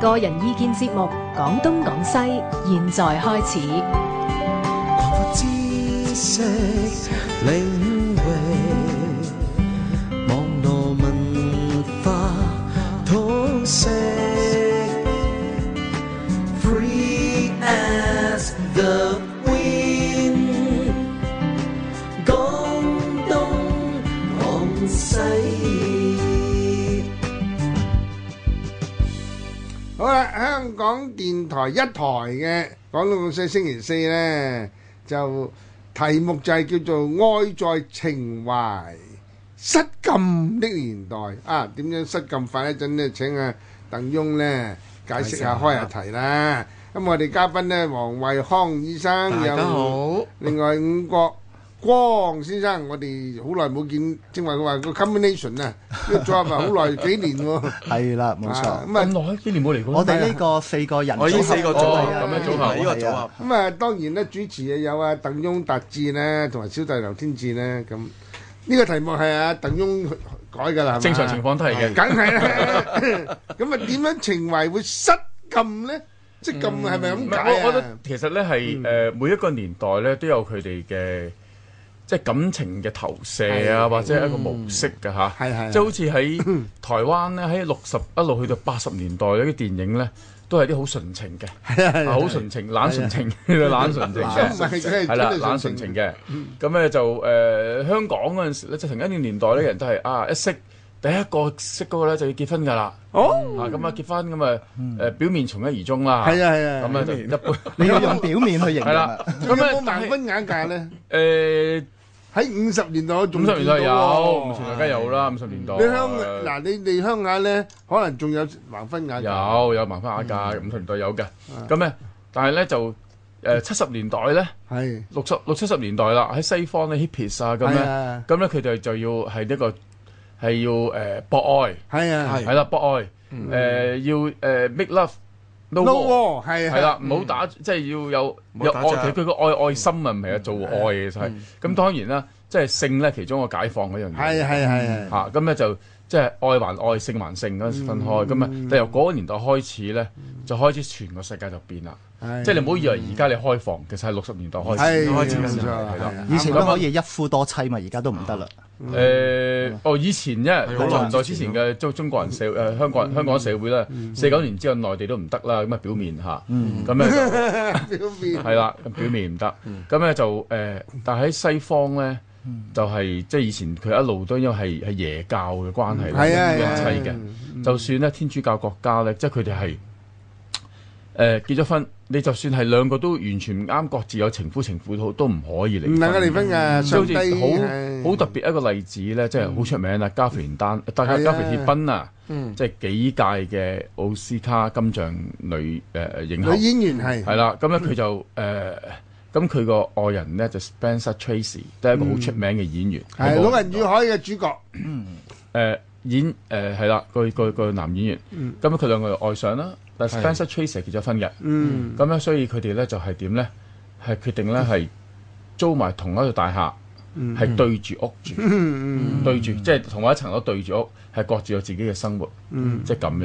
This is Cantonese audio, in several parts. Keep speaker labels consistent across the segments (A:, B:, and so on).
A: 個人意見節目《講東講西》，現在開始。
B: 擴闊知識領域，網絡文化通識，free as the wind。講東講西。
C: 好啦，香港電台一台嘅講到咁細，星期四呢，就題目就係叫做《愛在情懷失禁的年代》啊，點樣失禁法呢？一陣呢，請阿鄧翁呢解釋下開下題啦。咁我哋嘉賓呢，黃惠康醫生，
B: 大家好，
C: 另外五國光先生，我哋好耐冇見，正話佢話個 combination 啊，呢個組合啊好耐幾年喎，
D: 係啦，冇
C: 啊
D: 錯。
C: 咁啊
E: 耐幾年冇嚟過
D: 我哋呢個四個人組合，
B: 我呢四個組合
D: 係啊
B: 咁樣
E: 組合
B: 呢個組合，
C: 咁啊，當然咧，主持嘅有啊鄧翁達志咧，同埋小弟劉天志咧。咁呢個題目係啊鄧翁改㗎啦，係嘛
E: 正常情況都係嘅
C: 梗係啦。咁啊，點樣情懷會失禁咧？即禁係咪咁
E: 唔係
C: 解
E: 我我覺得
C: 啊？
E: 其實咧係誒每一個年代咧都有佢哋嘅即係感情嘅投射啊，或者係一個模式嘅嚇。
C: 係係係
E: 即係好 似喺台灣咧，喺六十一路去到八十年代呢啲電影咧，都係啲好純情嘅，啊好純情、 冷純情、冷純情
C: 所以唔
E: 嘅。
C: 係佢係
E: 係啦，
C: 真係
E: 冷純情嘅。咁咧就誒、呃香港嗰陣時咧，即係零一年年代咧，人都係啊一識第一個識嗰個咧就要結婚㗎啦。哦，啊咁啊結婚咁啊誒表面從一而終啦。
C: 係啊係啊。
E: 咁啊就一般。
D: 你要用表面去形容
E: 係
D: 啊
E: 啦，。
C: 有
E: 咁
C: 冇
E: 啊
C: 盲
E: 但係
C: 婚眼嫁咧？
E: 誒
C: 喺五十年代我仲
E: 五十年代
C: 見到
E: 有，
C: 喎
E: 五十年代梗係有啦，五十年代。
C: 你鄉嗱，你哋鄉下咧，可能仲有盲婚眼嫁。
E: 有有盲婚眼嫁，五十年代有嘅。咁咧，但係咧就誒七十年代咧，
C: 係
E: 六十六七十年代啦，喺西方咧 hippies 啊咁
C: 係
E: 咧，
C: 啊，
E: 咁咧佢哋就要係一個係要誒博愛，
C: 係啊
B: 係
E: 係啦博愛，誒要誒 make love no
C: ，no
E: war。
C: war 係啊
E: 係啦，唔好打，即係要有
B: 嗯唔好
E: 有
B: 打
E: 愛，
B: 仗嗯
E: 佢佢個愛愛心啊，唔係啊，做愛嘅其實係。咁當然啦，即係性咧，其中一個解放嗰樣嘢。
B: 啊
C: 係係係係
E: 嚇，咁咧就即係愛還愛，性還性嗰陣時分開。
B: 嗯
E: 咁啊，但由嗰個年代開始咧，就開始全個世界就變啦。
B: 嗯
C: 係，
E: 即係你唔好以為而家你開放，其實係六十年代開
C: 係
E: 始開始
C: 冇
E: 嘅
C: 錯
E: 時候係啦。
D: 以前都可以一夫多妻嘛，而家都唔得啦。
E: 誒，哦，以前因為
B: 嗯係
E: 六
B: 好
E: 十
B: 耐
E: 年代之前嘅中中國人社誒香港
B: 嗯
E: 人香港社會咧，四九年之後內地都唔得啦，咁啊表面嚇，
B: 嗯
E: 咁咧
C: 表
E: 就。
C: 面
E: 係啦，咁表面唔得，咁咧就誒、呃但係喺西方咧，就係、即係以前佢一路都因為係係耶教嘅關係啦，
C: 係啊係啊
E: 一切嘅，就算咧天主教國家咧，即係佢哋係誒結咗婚，你就算係兩個都完全唔啱，各自有情夫情婦都都唔可以
C: 唔
E: 離
C: 能夠
E: 婚。
C: 離婚㗎，
E: 即係
C: 上
E: 好
C: 帝
E: 似
C: 係嗯
E: 好好特別一個例子咧，即係好出名啦，啊加芙蓮丹，大家
C: 係啊嗯
E: 加芙蓮鐵賓啊，即係幾屆嘅奧斯卡金像女誒影后
C: 女。演員係
E: 係啦，咁咧佢就誒，咁佢個愛人咧就 Spencer Tracy，都係一個好出名嘅演員。
C: 嗯係啊《
E: 嗰個
C: 老人與海》嘅主角，
E: 誒演誒係啦，個個個男演員。咁佢兩個就愛上啦，但 Spencer Tracy 係結咗婚嘅。
C: 嗯，
E: 咁咧，所以佢哋咧就係點咧？係決定咧係租埋同一個大
C: 嗯
E: 廈，係對住屋住，對住即係同一層樓對住屋，係各自有自己嘅生活，
C: 嗯
E: 即係咁樣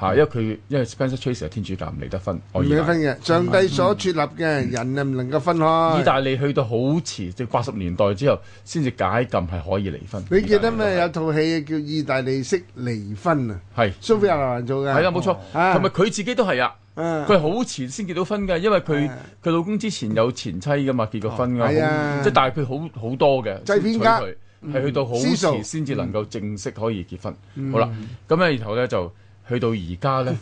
E: 嚇。因為佢因為 Spencer Tracy 係天主教唔離得分，
C: 唔
E: 我以為
C: 離婚嘅，上帝所設立嘅人啊，唔能夠分
E: 意
C: 開。
E: 大利去到好遲，即八十年代之後先至解禁係可以離婚。
C: 你記得咩？有套戲叫《意大利式離婚》啊，
E: 係
C: 蘇菲亞羅蘭做嘅。
E: 係啦，冇錯。
C: 啊
E: 同埋佢自己都係啊，
C: 嗯，
E: 佢係好遲先結到婚㗎，因為佢
C: 啊
E: 佢老公之前有前妻㗎嘛，結過婚㗎，
C: 係啊
E: 好即係但係佢好好多嘅
C: 製片家
E: 先娶佢係去到好遲先至能夠正式可以結婚。好啦，咁咧然後咧就去到而家咧。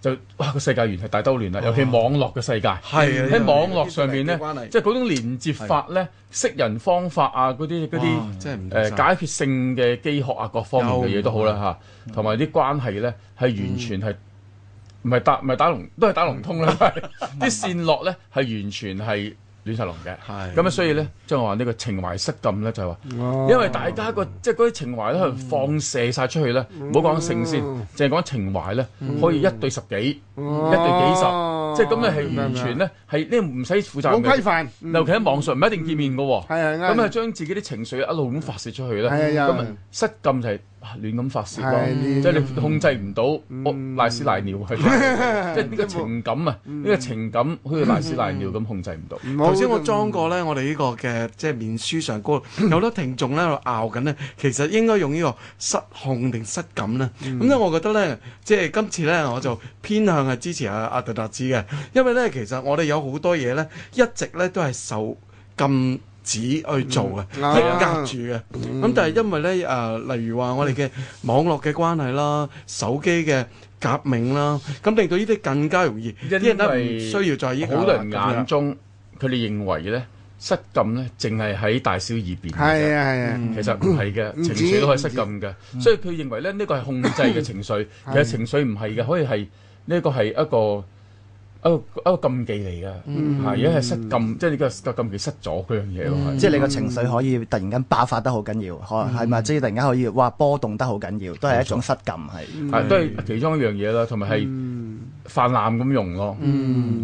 E: 就哇個世界原係大兜亂啦，尤其網絡嘅世界，
B: 係啊
E: 喺網絡上面咧
B: 呢啲關係，
E: 即係嗰種連接法咧、識人方法啊，嗰啲嗰
B: 哇
E: 啲
B: 真係唔同
C: 嗯
E: 誒呃
B: 晒
E: 解決性嘅機學啊，各方面嘅嘢都好啦嚇，同埋啲關係咧係完全
C: 嗯
E: 係唔係打唔係打龍都係打龍通啦， 係啲線落咧係完全係亂晒龍嘅，
B: 係
E: 咁啊，所以咧即係我話呢個情懷失禁咧就係話。
C: 哦
E: 因為大家個即係嗰啲情懷
C: 嗯
E: 咧，可能放射晒出去咧，唔好講性先，淨係講情懷咧，
C: 嗯
E: 可以一對十幾，一對幾十
C: 哦，
E: 即係咁咧
C: Vâng,
E: 係完全咧係呢唔使負責
C: 冇
E: 任
C: 規
E: 嘅。
C: 範。嗯
E: 尤其喺網上唔一定見面嘅 喎，
C: 係係啱
E: 咁啊將自己啲情緒一路咁發泄出去咧，
C: 啊係啊有
E: 咁啊失禁就係亂咁發泄咯，
C: 係嗯
E: 即
C: 亂
E: 係你控制唔到，我賴屎賴尿係
C: 嗯
E: 真係，即係呢個情感啊，呢個情感好似賴屎賴
C: 嗯
E: 尿咁控制唔到。
C: 唔好
F: 頭先我裝過咧，我哋呢個嘅即係面書上高有好多聽眾咧喺度拗緊咧，其實應該用呢個失控定失感咧。咁咧、我覺得咧，即係今次咧，我就偏向係支持阿阿特達子嘅，因為咧其實我哋有好多嘢咧，一直咧都係受禁止去做嘅，
C: 嗯
F: 係
C: 啊
F: 隔住嘅。咁、但係因為咧誒、呃例如話我哋嘅網絡嘅關係啦，手機嘅。革命啦，咁令到呢啲更加容易，啲人咧唔需要再依啊
E: 好多人眼中，佢哋認為咧失禁咧，淨係喺大小二便嘅啫。
C: 係啊係
D: 嗯
C: 啊，
E: 其實唔係嘅，
C: 唔
E: 情
C: 止
E: 緒都可以失禁嘅，所以佢認為咧呢個係控制嘅情緒，其實情緒唔係嘅，可以係呢個係一個一個一個禁忌嚟嘅，
D: 嗯
E: 係而家係失禁，即係呢個個禁忌失咗嗰樣嘢咯，係
D: 即係你個情緒可以突然間爆發得好緊要，可能係咪？即係突然間可以哇波動得好緊要，都係一種失禁係。
E: 係啊都係其中一樣嘢啦，同埋係
D: 嗯
E: 泛濫咁用咯，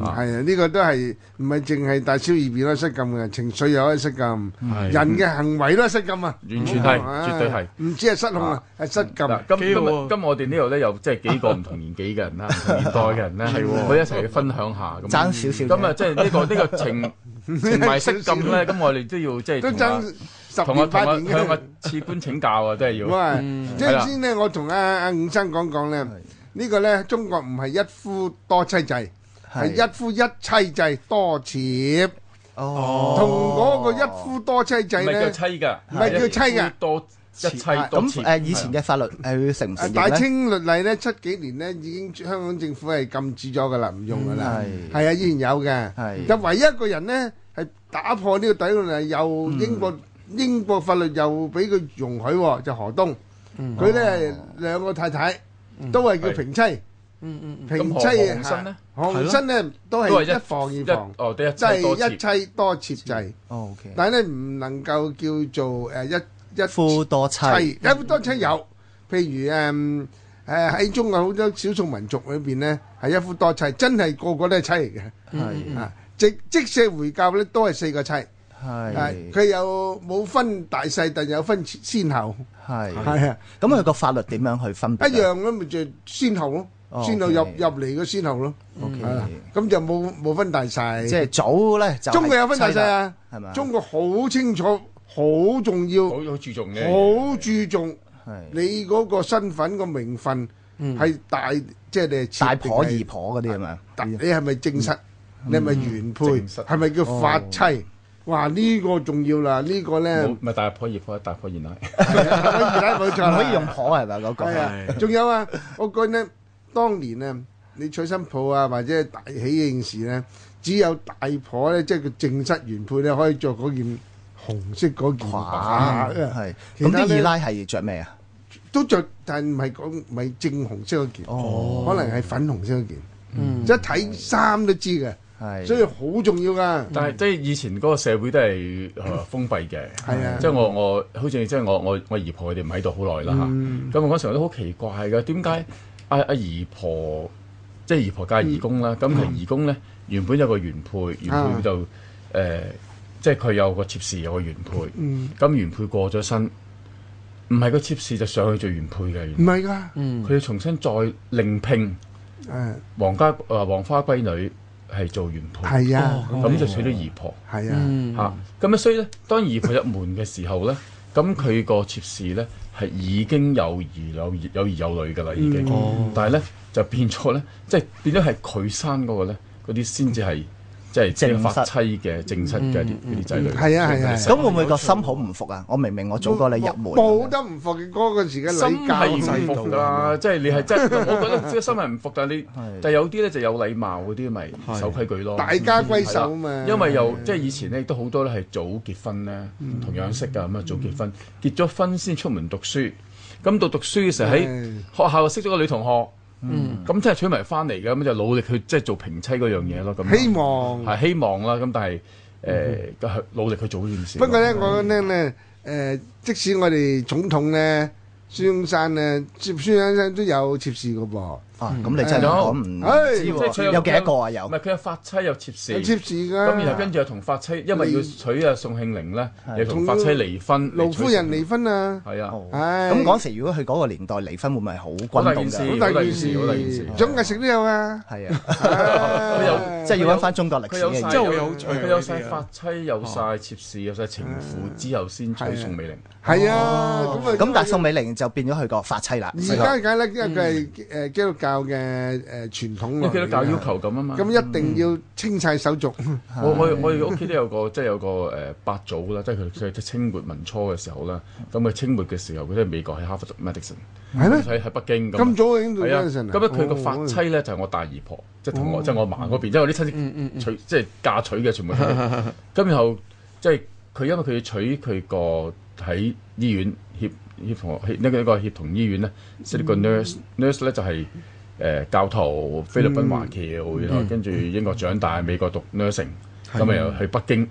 E: 啊
C: 係啊，呢個都係唔係淨係大小二便可以失禁嘅，情緒又可以失禁，人嘅行為都係失禁啊，
E: 完全係
C: 啊
E: 絕對係。
C: 唔止係失控啊，係失禁。
E: 嗱，今今
F: 幾
E: 日
F: 好
E: 今
F: 喎
E: 日我哋呢度咧有即係幾個唔同年紀嘅人 啦，唔同年代嘅人咧，我一齊去分享下咁。
D: 爭少少啫
E: 咁啊，即係呢個呢個 情情埋失禁咧，咁我哋都要即係
C: 都
E: 同啊
C: 爭十
E: 同我
C: 年
E: 同
C: 八
E: 我
C: 年
E: 向
C: 嘅
E: 啊。次官請教啊，真係要。
C: 喂，即
E: 係啦
C: 係先咧，我同阿阿伍生講講咧，呢個咧中國唔係一夫多妻制，係
D: 係
C: 一夫一妻制多妾，
D: 哦，
C: 同嗰個一夫多妻制
E: 唔係叫
C: 咧，
E: 妻㗎，
C: 唔係叫妻㗎
E: 一夫多一妻多妾
D: 咁誒以前嘅法律誒承唔
C: 啊
D: 承
C: 大
D: 認咧？
C: 清律例咧七幾年咧已經香港政府係禁止咗㗎啦，唔用㗎啦，
D: 嗯
C: 係啊，依然有嘅，
E: 嗯
D: 係
C: 就唯一一個人咧係打破呢個底律例，又
E: 嗯
C: 英國英國法律又俾佢容許喎，就何
E: 哦
C: 東，
F: 嗯
C: 佢咧兩個太太都係叫
E: 嗯係
C: 平妻。平妻啊
E: 咁何生咧，
C: 韓生咧都
E: 都係
C: 係
E: 一
C: 一房
E: 一
C: 二房，
E: 哦，對一
C: 即
E: 妻多嗯妾。
C: 係一妻多妾制，
D: 哦，OK，
C: 但係咧唔能夠叫做誒一一
D: 一夫多妻
C: 妻，有好多妻有，譬如誒誒喺中國好多少數民族裏邊咧係一夫多妻，真係個個都係妻嚟嘅
D: 係
C: 啊！即即使回教咧都係四個妻，係
D: 係
C: 佢有冇分大細，但有分先後，
D: 係。
C: 係啊。
D: 咁佢個法律點樣去分別？啊
C: 一。樣咯，咪就先後咯，
D: 哦
C: 先後入
D: OK
C: 入嚟嘅先後咯，
D: OK
C: 係啦啊咁就冇冇分大細。
D: 即係早咧就係
C: 中國有分大細啊
D: 妻啦係咪啊？
C: 中國好清楚，好重要，
E: 好好注重嘅，
C: 好注重
D: 係
C: 你嗰個身份個名分係大，即係你係妾
D: 大婆
C: 定
D: 二
C: 係
D: 婆嗰啲係咪啊？
C: 大你係咪正室？你係咪原配？
E: 正室
C: 係咪叫發妻？哇！呢個重要啦，呢個咧
E: 冇唔係大婆二婆，大婆二奶。
C: 可以啦，冇錯
D: 唔
C: 啦
D: 可以用婆係咪啊嗰個？
C: 係啊，仲有啊，我覺得呢當年啊，你娶新抱啊，或者大喜慶時咧，只有大婆咧，即係佢正室原配咧，可以着嗰件紅色嗰件
D: 哇，
C: 褂啊
D: 係
C: 其
D: 咁
C: 他
D: 啲
C: 咧
D: 二奶係着咩啊？
C: 都着，但唔係講唔係正紅色嗰件，
D: 哦
C: 可能係粉紅色嗰件，即係睇衫都知嘅，
D: 係，
C: 所以好重要噶。
E: 但係即係以前嗰個社會都係呃封閉嘅，
C: 係啊
E: 即係我我好似即係我我我姨婆佢哋唔喺度好耐啦
C: 嗯
E: 嚇，咁我嗰時候都好奇怪嘅，點解阿阿姨婆即係姨婆嫁義工啦，
C: 嗯
E: 咁其實義工咧原本有個原配，
C: 啊
E: 原配就誒、呃即係佢有個妾侍有個原配，咁、原配過咗身，唔係個妾侍就上去做原配嘅，原
C: 唔係㗎，
E: 佢要重新再另聘
C: 誒
E: 黃家誒黃花閨女係做原配，
C: 係啊，
E: 咁就娶咗姨婆。
C: 係啊，
F: 嗯
E: 嚇。咁咧，所以咧，當姨婆入門嘅時候咧， 咁佢個妾侍咧係已經有兒有有兒有女㗎啦，已經。
D: 嗯哦
E: 但係咧就變咗咧，即係變咗係佢生嗰個咧，嗰啲先至係即係即係
D: 正室
E: 發妻嘅正室嘅啲嗰啲仔女。
C: 係啊，係啊。
D: 咁會唔會個心好唔服啊？我明明我早過你入門，
C: 冇得唔服嘅嗰個時嘅禮
E: 心
C: 教
E: 係唔服㗎啦，即係你係真係，我覺得即係心係唔服，但係你
D: 係
E: 但係有啲咧就有禮貌嗰啲，咪守規矩咯。嗯
C: 大家歸
E: 係啦
C: 守啊嘛。
E: 因為又即係以前咧，亦都好多咧係早結婚咧，
C: 嗯
E: 同樣識㗎咁啊，早結婚，結咗婚先出門讀書。咁到讀書嘅時候喺
C: 係
E: 學校識咗個女同學，
C: 嗯
E: 咁真係娶埋翻嚟嘅，咁就努力去即係做平妻嗰樣嘢咯。咁
C: 希望。嗯
E: 係希望啦，咁但係呃誒都係努力去做呢件事。
C: 不過咧，我覺得咧，誒、即使我哋總統咧，孫中山咧，孫中山都有妾侍嘅噃，
D: 啊，咁你真係講唔
C: 唉
D: 知
E: 即係佢
D: 喎，
E: 有
D: 有幾多個啊？有
E: 唔係佢有發妻有妾侍，
C: 有嗯
E: 咁
C: tips 㗎。
E: 然後跟住又同發妻，因為要娶啊宋慶齡咧，又同發妻離婚，
C: 盧夫人離婚啊，
E: 係啊，
D: 哦
C: 唉
D: 咁嗰時如果佢嗰個年代離婚會唔會好
E: 好大
D: 轟動
E: 件事，
D: 㗎？
E: 好大件事，好大件事。
C: 蔣介石都 有啊，
D: 係啊，
C: 佢
E: 有
D: 即係要揾翻中國歷
E: 佢
D: 史
E: 有
D: 嘅
E: 晒
D: 嘢
F: 真係好有趣啊
E: 佢有晒
F: 呢啲啊
E: 發妻，有晒妾侍，有晒情婦，之後先娶宋美齡。
C: 係啊，咁啊，
D: 咁但係宋美齡就變咗佢個發妻啦。
C: 而家梗係咧，因為佢係誒基督教嘅誒傳統
E: 因
C: 來
E: 為
C: 嘅
E: 基督教要求咁啊嘛。
C: 咁一定要清晒手續，
E: 我我我哋屋企都有個即係有個誒八祖啦，即係佢佢佢清末民初嘅時候啦。咁佢清末嘅時候，佢都係美國喺哈佛讀 medicine，
C: 係咩？
E: 喺喺北京
C: 咁
E: 咁。
C: 早已經到
E: 係啊，
C: 嗰陣時
E: 咁咧佢個
C: 哦
E: 發妻咧就係我大姨婆，即係同我即係我嫲嗰邊，即係我啲親戚娶即係嫁娶嘅全部係佢。咁然後即係佢因為佢要娶佢個喺醫院協協同協一個一個協同醫院咧，即係個 nurse nurse 咧就係誒呃教徒菲律賓華僑，然後跟住英國長大，美國讀 nursing，咁咪又去北京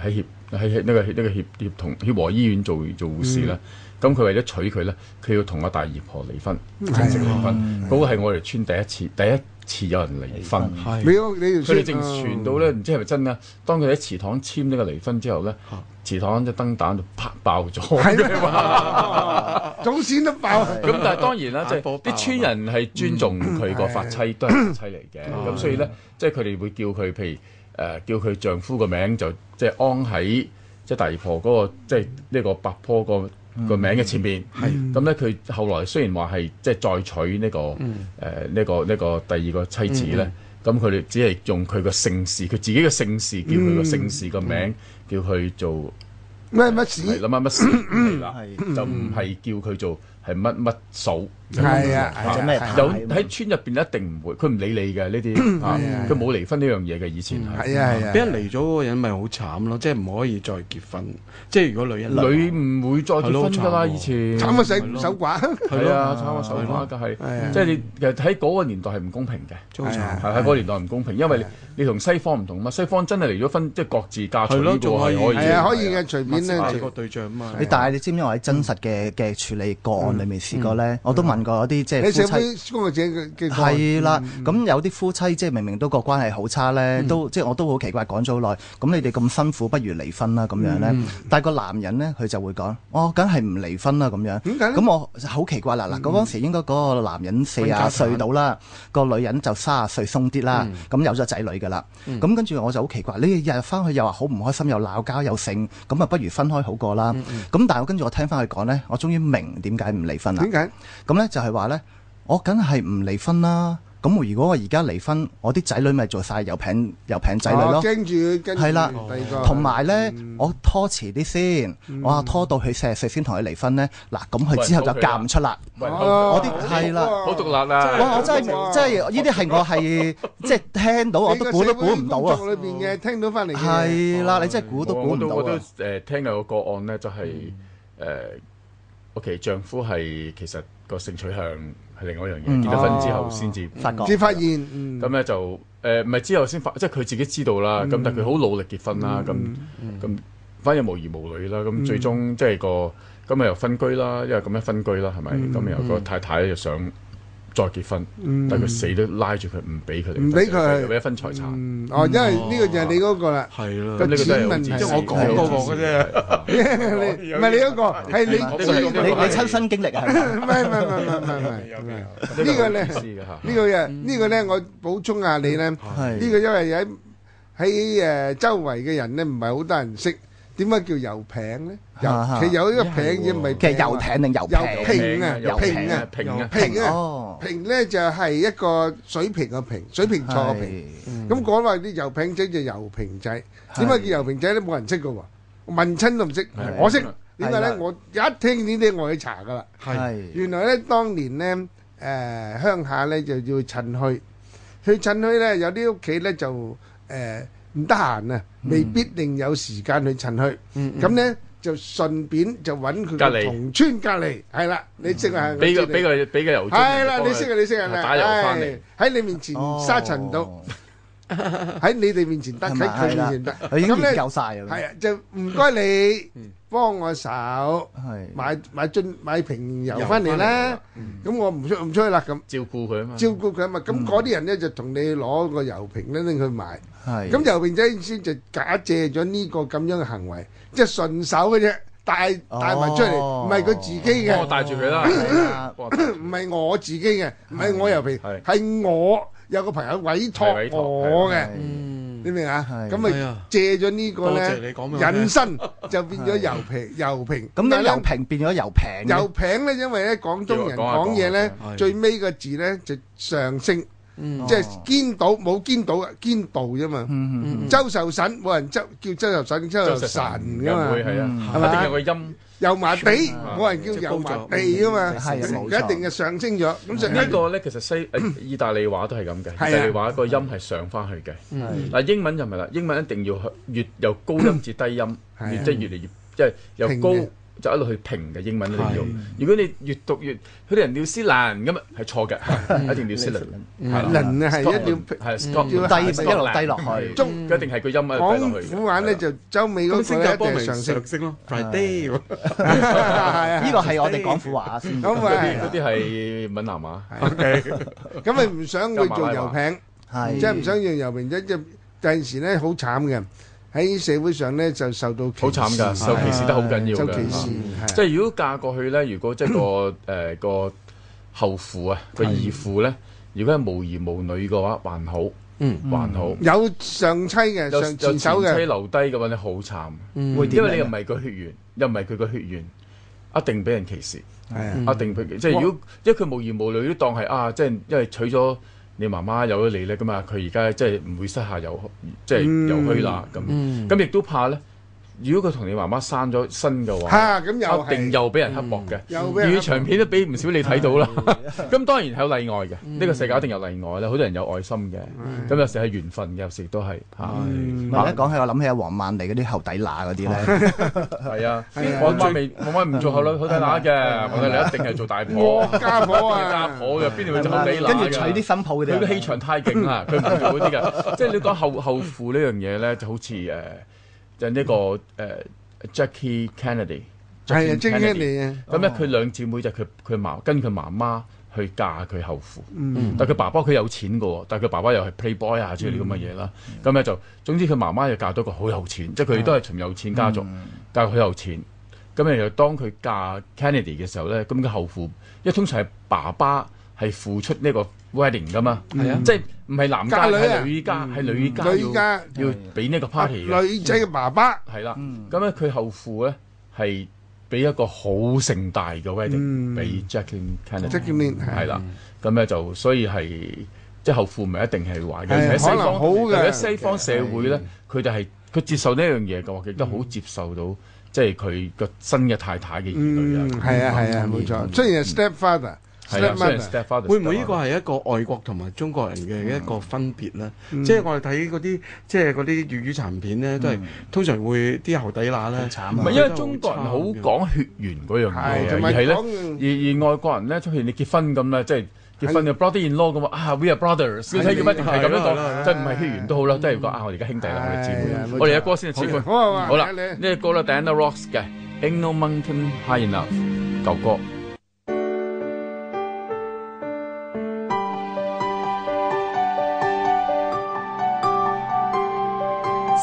E: 喺協喺喺呢個呢個協協同協和醫院做做護士啦。咁佢為咗娶佢咧，佢要同我大姨婆離婚，正式離婚。嗰個係我哋村第一次，第一次有人離婚。
C: 你嗰你
E: 佢
C: 條
E: 哋正傳到咧，唔知係咪真啊？當佢喺祠堂簽呢個離婚之後咧，祠堂隻燈膽就啪爆咗。
C: 係祖先都爆，
E: 咁呃但係當然啦，即
F: 眼波
E: 係
F: 爆
E: 啲村人係尊重佢個發妻，都嗯係嗯發妻嚟嘅。咁所以咧，即係佢哋會叫佢，譬如誒、呃叫佢丈夫個名就即係安喺即係大姨婆嗰、個即係呢個八婆個個名嘅前面。咁咧，佢後來雖然話係即係再娶呢、個誒呢個呢個第二個妻子咧。咁佢哋只係用佢個姓氏，佢自己嘅姓氏叫佢個姓氏個名，叫佢做
C: 咩乜
E: 係
C: 事？
E: 諗下乜事嚟啦，
D: 係
E: 就唔係叫佢做係乜乜嫂。
C: 係啊，
D: 或者咩
C: 係啊
D: 太
E: 有喺村入邊一定唔會，佢唔理你嘅呢啲，啊
C: 係啊
E: 佢冇離婚呢樣嘢嘅以前係。
C: 係啊
F: 俾
C: 係
F: 人
C: 啊，
F: 離咗嗰個人咪好慘咯，即係唔可以再結婚。即係如果女人
E: 女唔會再結婚㗎啦，
F: 係咯慘喎
E: 以前
C: 慘過洗手寡，
E: 係啊，慘過手花㗎
C: 係啊
E: 係，即係你其實喺嗰個年代係唔公平嘅，
F: 真係好
C: 係啊
F: 慘，
E: 係喺嗰個年代唔公平，因為你你同西方唔同嘛，西方真係離咗婚即係各自嫁娶
F: 係
E: 呢
F: 咯
E: 個
F: 仲可以
E: 係可以
C: 係啊，可以嘅，隨
F: 物
C: 便
F: 色下
C: 咧
F: 個對象啊嘛。
D: 你但係你知唔知我喺真實嘅嘅處理個案裏面試過咧？我都問過嗰啲即係
C: 你社
D: 夫妻。
C: 會工作者嘅嘅個
D: 係啦，咁有啲夫妻即係明明都個關係好差咧，都即係我都好奇怪講咗好耐，咁你哋咁辛苦，不如離婚啦咁樣咧。但係個男人咧，佢就會講：我梗係唔離婚啦咁樣。
C: 點解咧
D: 咁我好奇怪啦，嗱，嗰陣時應該嗰個男人四啊歲到啦，個女人就三啊歲鬆啲啦，咁有咗仔女㗎啦。咁跟住我就好奇怪，你日日翻去又話好唔開心，又鬧交又剩，咁啊不如分開好過啦。咁但係我跟住我聽翻佢講咧，我終於明點解唔離婚啦。
C: 點解？
D: 咁咧就係話咧，我梗係唔離婚啦。咁如果我而家離婚，我啲仔女咪做晒又平又平仔女
C: 哦
D: 咯。
C: 驚住跟住
D: 係啦
C: 第二個
D: 同埋咧，
C: 嗯
D: 我拖遲啲先，我話拖到佢四十歲先同佢離婚咧。嗱，咁佢之後就嫁唔出啦。
E: 喂好
C: 哦
D: 我啲係啦。
E: 好獨立啊！
D: 哇！我真係真係呢啲係 我係即係聽到我都估都估唔到啊！
C: 裏邊嘅聽到翻嚟嘅哦嘢，
D: 係啦，你真係估都估
E: 我
D: 唔
E: 都
D: 到
E: 我都
D: 啊！
E: 誒聽有個個案咧，就係誒，OK，丈夫係其實個性取向係另外一樣嘢，
D: 嗯哦
E: 結咗婚之後先至
D: 發覺
C: 至發現，嗯
E: 咁咧就誒，唔係之後先發，即係佢自己知道啦。咁但係佢好努力結婚啦，咁咁反正無兒無女啦。咁最終即係個咁啊又分居啦，因為咁樣分居啦，係咪？咁然後個太太就想再結婚，但係佢死都拉住佢，唔俾佢離婚
C: 嗯唔俾佢
E: 又俾一分財產。
C: 嗯哦，因為呢個就係你嗰個啦。
F: 係
E: 咁
F: 啦，
E: 呢個真係好
C: 錢問題
E: 自私
C: 即係我
F: 講嗰個嘅啫
E: 係
C: 你唔係你嗰個，係你
E: 我
D: 你
E: 都
D: 你
E: 係
D: 你親身經歷啊係咪？
C: 唔係唔係唔係唔係唔係唔係。呢個咧
E: 好自私嘅嚇
C: 呢個嘢，呢個咧，我補充下你 咧。呢
D: 係
C: 個因為喺喺誒周圍嘅人咧，唔係好多人識。點解叫油艇咧？油
D: 啊
C: 佢有一個艇嘢，咪
D: 嘅遊艇定遊
C: 遊
D: 艇
C: 艇？平啊
E: 有
D: 平
C: 啊
E: 平啊，
C: 平啊！
D: 哦，
C: 平咧就係一個水平嘅平，水平錯嘅平。
D: 係
C: 咁講話啲油艇仔就油瓶仔，點解叫油瓶仔咧？冇人識嘅喎，問親都唔識，我識。點解咧？
D: 係啦
C: 我一聽呢啲我去查噶啦。
D: 係
C: 原來咧，當年咧，誒、鄉下咧就要趁墟，去趁墟咧，有啲屋企咧就誒唔得閒啊，未必定有時間去趁墟。咁咧就順便就揾佢
E: 隔
C: 個
E: 離
C: 同村隔離，係啦，你識啊？係
E: 俾
C: 我知
E: 個
C: 你
E: 俾個俾個油樽，
C: 係啦，你識啊，你識啊，
E: 打油翻嚟
C: 唉喺你面前沙塵到。喺你哋面前得，喺
D: 係咪
C: 佢面前得。
D: 係啦 佢已經
C: 咁
D: 研
C: 咧
D: 究晒㗎啦
C: 係啊，就唔該你幫我手
D: 係
C: 買買樽買瓶油翻嚟
E: 油
C: 啦。咁我唔出唔出去啦咁。
E: 照顧佢啊嘛。
C: 照顧佢啊嘛，咁嗰啲人咧就同你攞個油瓶咧拎去賣，
D: 係
C: 咁油瓶仔先就假借咗呢個咁樣嘅行為，即係順手嘅啫，帶
D: 哦
C: 帶埋出嚟，唔係佢自己
E: 幫我
C: 嘅，
E: 帶住佢 啦，
D: 係啦
E: 幫我帶住
C: 唔係我自己嘅，唔係我油瓶，
E: 係
C: 係我有個朋友委
E: 係
C: 託
E: 委託
C: 我嘅，
D: 係
F: 嗯，
C: 你明啊？
D: 係
C: 咁
F: 哎
C: 咪
F: 呀
C: 借咗呢個
F: 多謝
C: 咧
F: 你講俾我聽
C: 引申，就變咗油瓶油瓶。
D: 咁
C: 但係
D: 你
C: 咧
D: 油瓶變咗油瓶嘅
C: 油瓶咧，因為咧廣東人
E: 叫我
C: 講
E: 講下
C: 嘢咧
E: 講，
F: 下
C: 最尾個字咧就上升。
F: 嗯
C: 即係堅道冇堅道啊，堅道啫嘛。
D: 嗯嗯
F: 嗯
C: 周壽臣冇人周叫周壽臣，周
E: 周
C: 壽
E: 石
C: 臣
E: 又
C: 噶
E: 唔會
C: 啊嘛。嗯
E: 係
C: 係
E: 啊，
C: 嘛
E: 一定有個音。
C: 油麻地
E: 啊
C: 冇人叫油麻地噶嘛，
D: 係
C: 而
D: 冇錯
C: 一定係上升咗。咁所以
E: 呢個咧其實西意大利話都係咁嘅，
C: 係啊
E: 意大利話個音係上翻去嘅。
F: 嗯
E: 嗱英文就唔係啦，英文一定要去越由高音至低音，
C: 係啊
E: 越即係越嚟越即係由
C: 平
E: 高
C: 嘅
E: 就一路去平嘅英文一定要。如果你越讀越，佢哋人紐西蘭咁啊係錯
C: 嗯
E: 嘅，一定紐西蘭。係啦
C: 輪啊係一定要
E: 係 stop
C: 要
D: 低一路低落去
C: 中
E: 一定係個音啊低
C: 港
E: 落去嘅。
C: 府話咧就周尾
F: 咁
C: 嗰
F: 新
C: 個咧
F: 加
C: 一
F: 坡
C: 定
F: 咪
C: 係 上
F: 上
C: 升。
F: 升咯，Friday 咁
D: 呢
C: 呢
D: 個係我哋廣府話先。
C: 咁
E: 嗰啲嗰
C: 咪
E: 啲係閩南話。
C: 咁咪唔想佢做油瓶，
D: 係
C: 即係唔想用油瓶，即係第陣時咧好慘嘅，喺社會上咧就受到
E: 好慘㗎，受歧視得好緊要
C: 受
E: 㗎
C: 歧。視
E: 啊
C: 係
E: 即係如果嫁過去咧，如果即係個誒個後父啊個義父咧，如果係無兒無女嘅話，還好，
F: 嗯
E: 還好。
C: 有上妻嘅
E: 有
C: 上
E: 有
C: 前手
E: 妻
C: 嘅。啊
E: 留低嘅話，你好慘，
D: 會
E: 因
D: 點
E: 為你又
D: 樣
E: 唔
D: 呢？
E: 係佢血緣，又唔係佢個血緣，一定俾人歧視，
C: 係啊
E: 一定俾即係如果因為佢無兒無女都當係啊，即係因為娶咗你媽媽有咗你咧咁啊，佢而家即係唔會膝下有即
C: 嗯
E: 係有虛啦咁，咁亦都怕咧。如果佢同你媽媽生咗新嘅話，
C: 嚇咁又係嗯
E: 一定又俾人刻薄嘅。
C: 又俾人刻薄啊
E: 粵語長片都俾唔少你睇到啦。 咁當然有例外嘅，
C: 嗯
E: 呢個世界一定有例外啦。好多人有愛心嘅，咁有時係緣分嘅，有時都係
C: 嗯
E: 嚇。
D: 唔係一講起我諗起阿黃曼梨嗰啲後底乸嗰啲 咧，
E: 係啊，我媽未，我媽唔做後女好底乸嘅，我哋你一定係做大婆
C: 惡家
D: 哦
C: 婆啊
E: 家婆嘅，邊度會
D: 係
E: 做後
D: 嘛
E: 底乸㗎
D: 跟住娶啲新抱嗰啲
E: 佢
D: 人。
E: 嘅氣場太 勁啦，佢唔做嗰啲嘅。即係你講後後父呢樣嘢咧，就好似誒，就呢個誒 Jackie Kennedy。
C: 係啊，精英嚟啊！
E: 咁咧，佢兩姊妹就佢佢媽跟佢媽媽去嫁佢後父，
C: 嗯
E: 但佢爸爸佢有錢嘅喎，但佢爸爸又係 playboy 啊之類咁嘅嘢啦。
C: 嗯
E: 咁咧就總之佢媽媽就嫁到個好有錢，即係佢哋都係從有錢家族，
C: 嗯
E: 但係好有錢。咁咧就當佢嫁 Kennedy 嘅時候咧，咁佢後父，因為通常係爸爸係付出呢個 wedding 噶嘛，
F: 係啊
E: 即係唔係男家
C: 嗯嫁女啊嗯
E: 係女家係女家
C: 女家
E: 要要俾呢個 party 嘅。
C: 女仔嘅爸爸，
E: 係啦，
C: 嗯
E: 咁咧佢後父咧係俾一個好盛大嘅 wedding 俾 Jacqueline Kennedy，
C: 嗯 Jacqueline，係
E: 係啦，咁咧就所以係即係後父唔係一定係壞嘅，
C: 係
E: 而喺西
C: 可能
E: 方，
C: 好嘅
E: 而喺西方社會咧，佢哋係佢接受呢樣嘢嘅話，亦都好
C: 嗯
E: 接受到即係佢個新嘅太太嘅兒女啊
C: 嗯，，係啊係啊，冇錯。雖然係 stepfather、
E: 係啊，雖然
C: stepmother，
E: stepfather
F: 會唔會呢個係一個外國同埋中國人嘅一個分別呢？
D: 嗯
F: 即係我哋睇嗰啲即係嗰啲粵語殘片呢，都係通常會啲後底乸呢，
D: 慘啊
E: 唔係因為中國人好講血緣嗰樣嘢啊，
C: 係同
E: 而
C: 埋
E: 係咧
C: 講
E: 而而外國人咧，出現你結婚咁咧，即係結婚嘅 brother in law 咁啊啊，we are brothers，你睇佢一定係咁樣
F: 係啦係啦
E: 講，即係唔係血緣都好啦，都係講啊，我哋而家兄弟啦，我哋姊
C: 係啊冇
E: 妹
C: 錯，
E: 我哋嘅歌先係姊妹。
C: 好啊好啊
E: 好啦，
C: 嚟啊嚟啊
E: 呢個歌咧，Diana Ross 嘅《Ain't No Mountain High Enough》舊歌。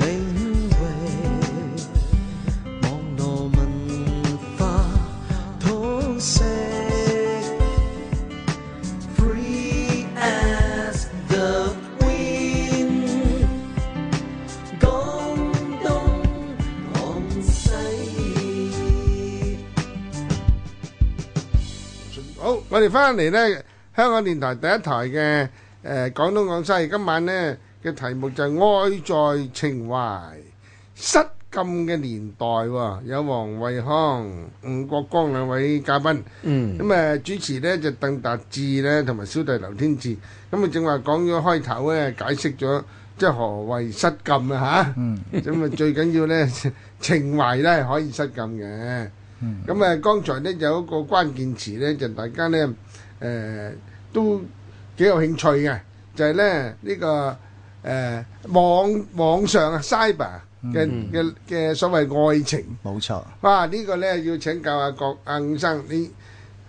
B: 領域，網絡文化通識，free as the wind。廣東廣西。
C: 好，我哋翻嚟咧，香港電台第一台嘅誒廣東廣西，今晚咧嘅題目就係愛在情懷，失禁嘅年代喎，有黃惠康、吳國光兩位嘉賓。
F: 嗯
C: 咁誒主持咧就鄧達智咧，同埋小弟劉天志。咁啊，正話講咗開頭咧，解釋咗即係何謂失 禁啊嚇。咁啊，最緊要咧情懷咧係可以失禁嘅。咁啊，剛才咧有一個關鍵詞咧，就大家咧誒、呃都幾有興趣嘅，就係咧呢個誒、呃、網網上啊 cyber 嘅嘅嘅所謂愛情。
D: 冇錯。
C: 哇！呢、個呢，要請教阿郭阿伍生，你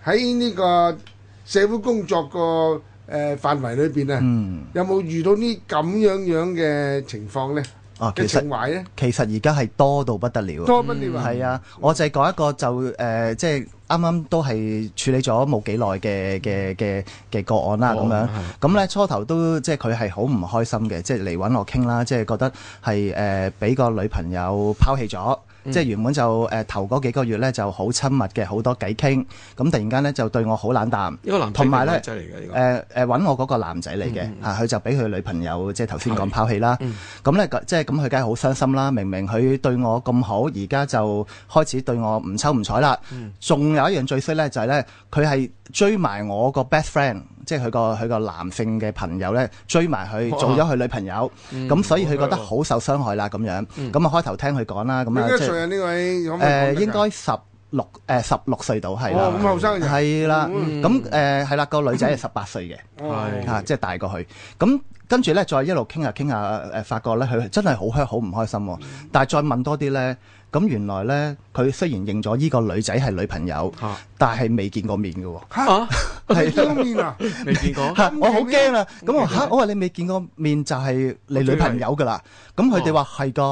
C: 喺呢個社會工作個誒、呃、範圍裏邊啊，
D: 嗯，
C: 有冇遇到呢咁樣樣嘅情況呢？
D: 啊，
C: 嘅
D: 其
C: 情
D: 實
C: 懷呢？
D: 其實而家係多到不得了。
C: 多不了啊！
D: 係啊，我就係講一個就誒、呃即係啱啱都係處理咗冇幾耐嘅嘅嘅嘅個案啦，咁、樣。咁咧初頭都即係佢係好唔開心嘅，即係嚟揾我傾啦，即係覺得係誒俾個女朋友拋棄咗。即係原本就誒、呃、頭嗰幾個月咧就好親密嘅，好多偈傾，咁突然間咧就對我好冷淡，
F: 一個男仔
D: 同埋
F: 定
D: 咧
F: 女仔嚟嘅呢個
D: 誒誒揾我嗰個男仔嚟嘅嚇，佢、就俾佢女朋友即係頭先講拋棄啦。咁咧、即係咁佢梗係好傷心啦。明明佢對我咁好，而家就開始對我唔瞅唔睬啦。仲、有一樣最衰咧，就係咧佢係追埋我個 best friend，即係佢個佢個男性嘅朋友咧追埋佢，做咗佢女朋友。咁、所以佢覺得好受傷害啦咁樣。咁啊、開頭聽佢講啦，咁
C: 你
D: 啊
C: 幾多
D: 即係
C: 歲啊？呢位可唔可以講
D: 誒
C: 得㗎
D: 應該十六誒十六歲到係啦
C: 哦，。咁後生嘅
D: 係啦，
E: 嗯
D: 咁誒係啦，個女仔係十八歲嘅。
C: 哦
D: 嚇、啊即係大過佢。咁跟住咧，再一路傾下傾下，誒發覺咧，佢真係好 hurt，好唔開心喎、但係再問多啲咧，咁原來咧，佢雖然認咗呢個女仔係女朋友，
F: 啊
D: 但係未見過面嘅喎。
F: 啊，
C: 你見過面啊？
F: 未見 過
D: 嚇我好驚啦！哦咁我嚇，我話你未見過面就係你女朋友㗎啦。咁佢哋話係㗎，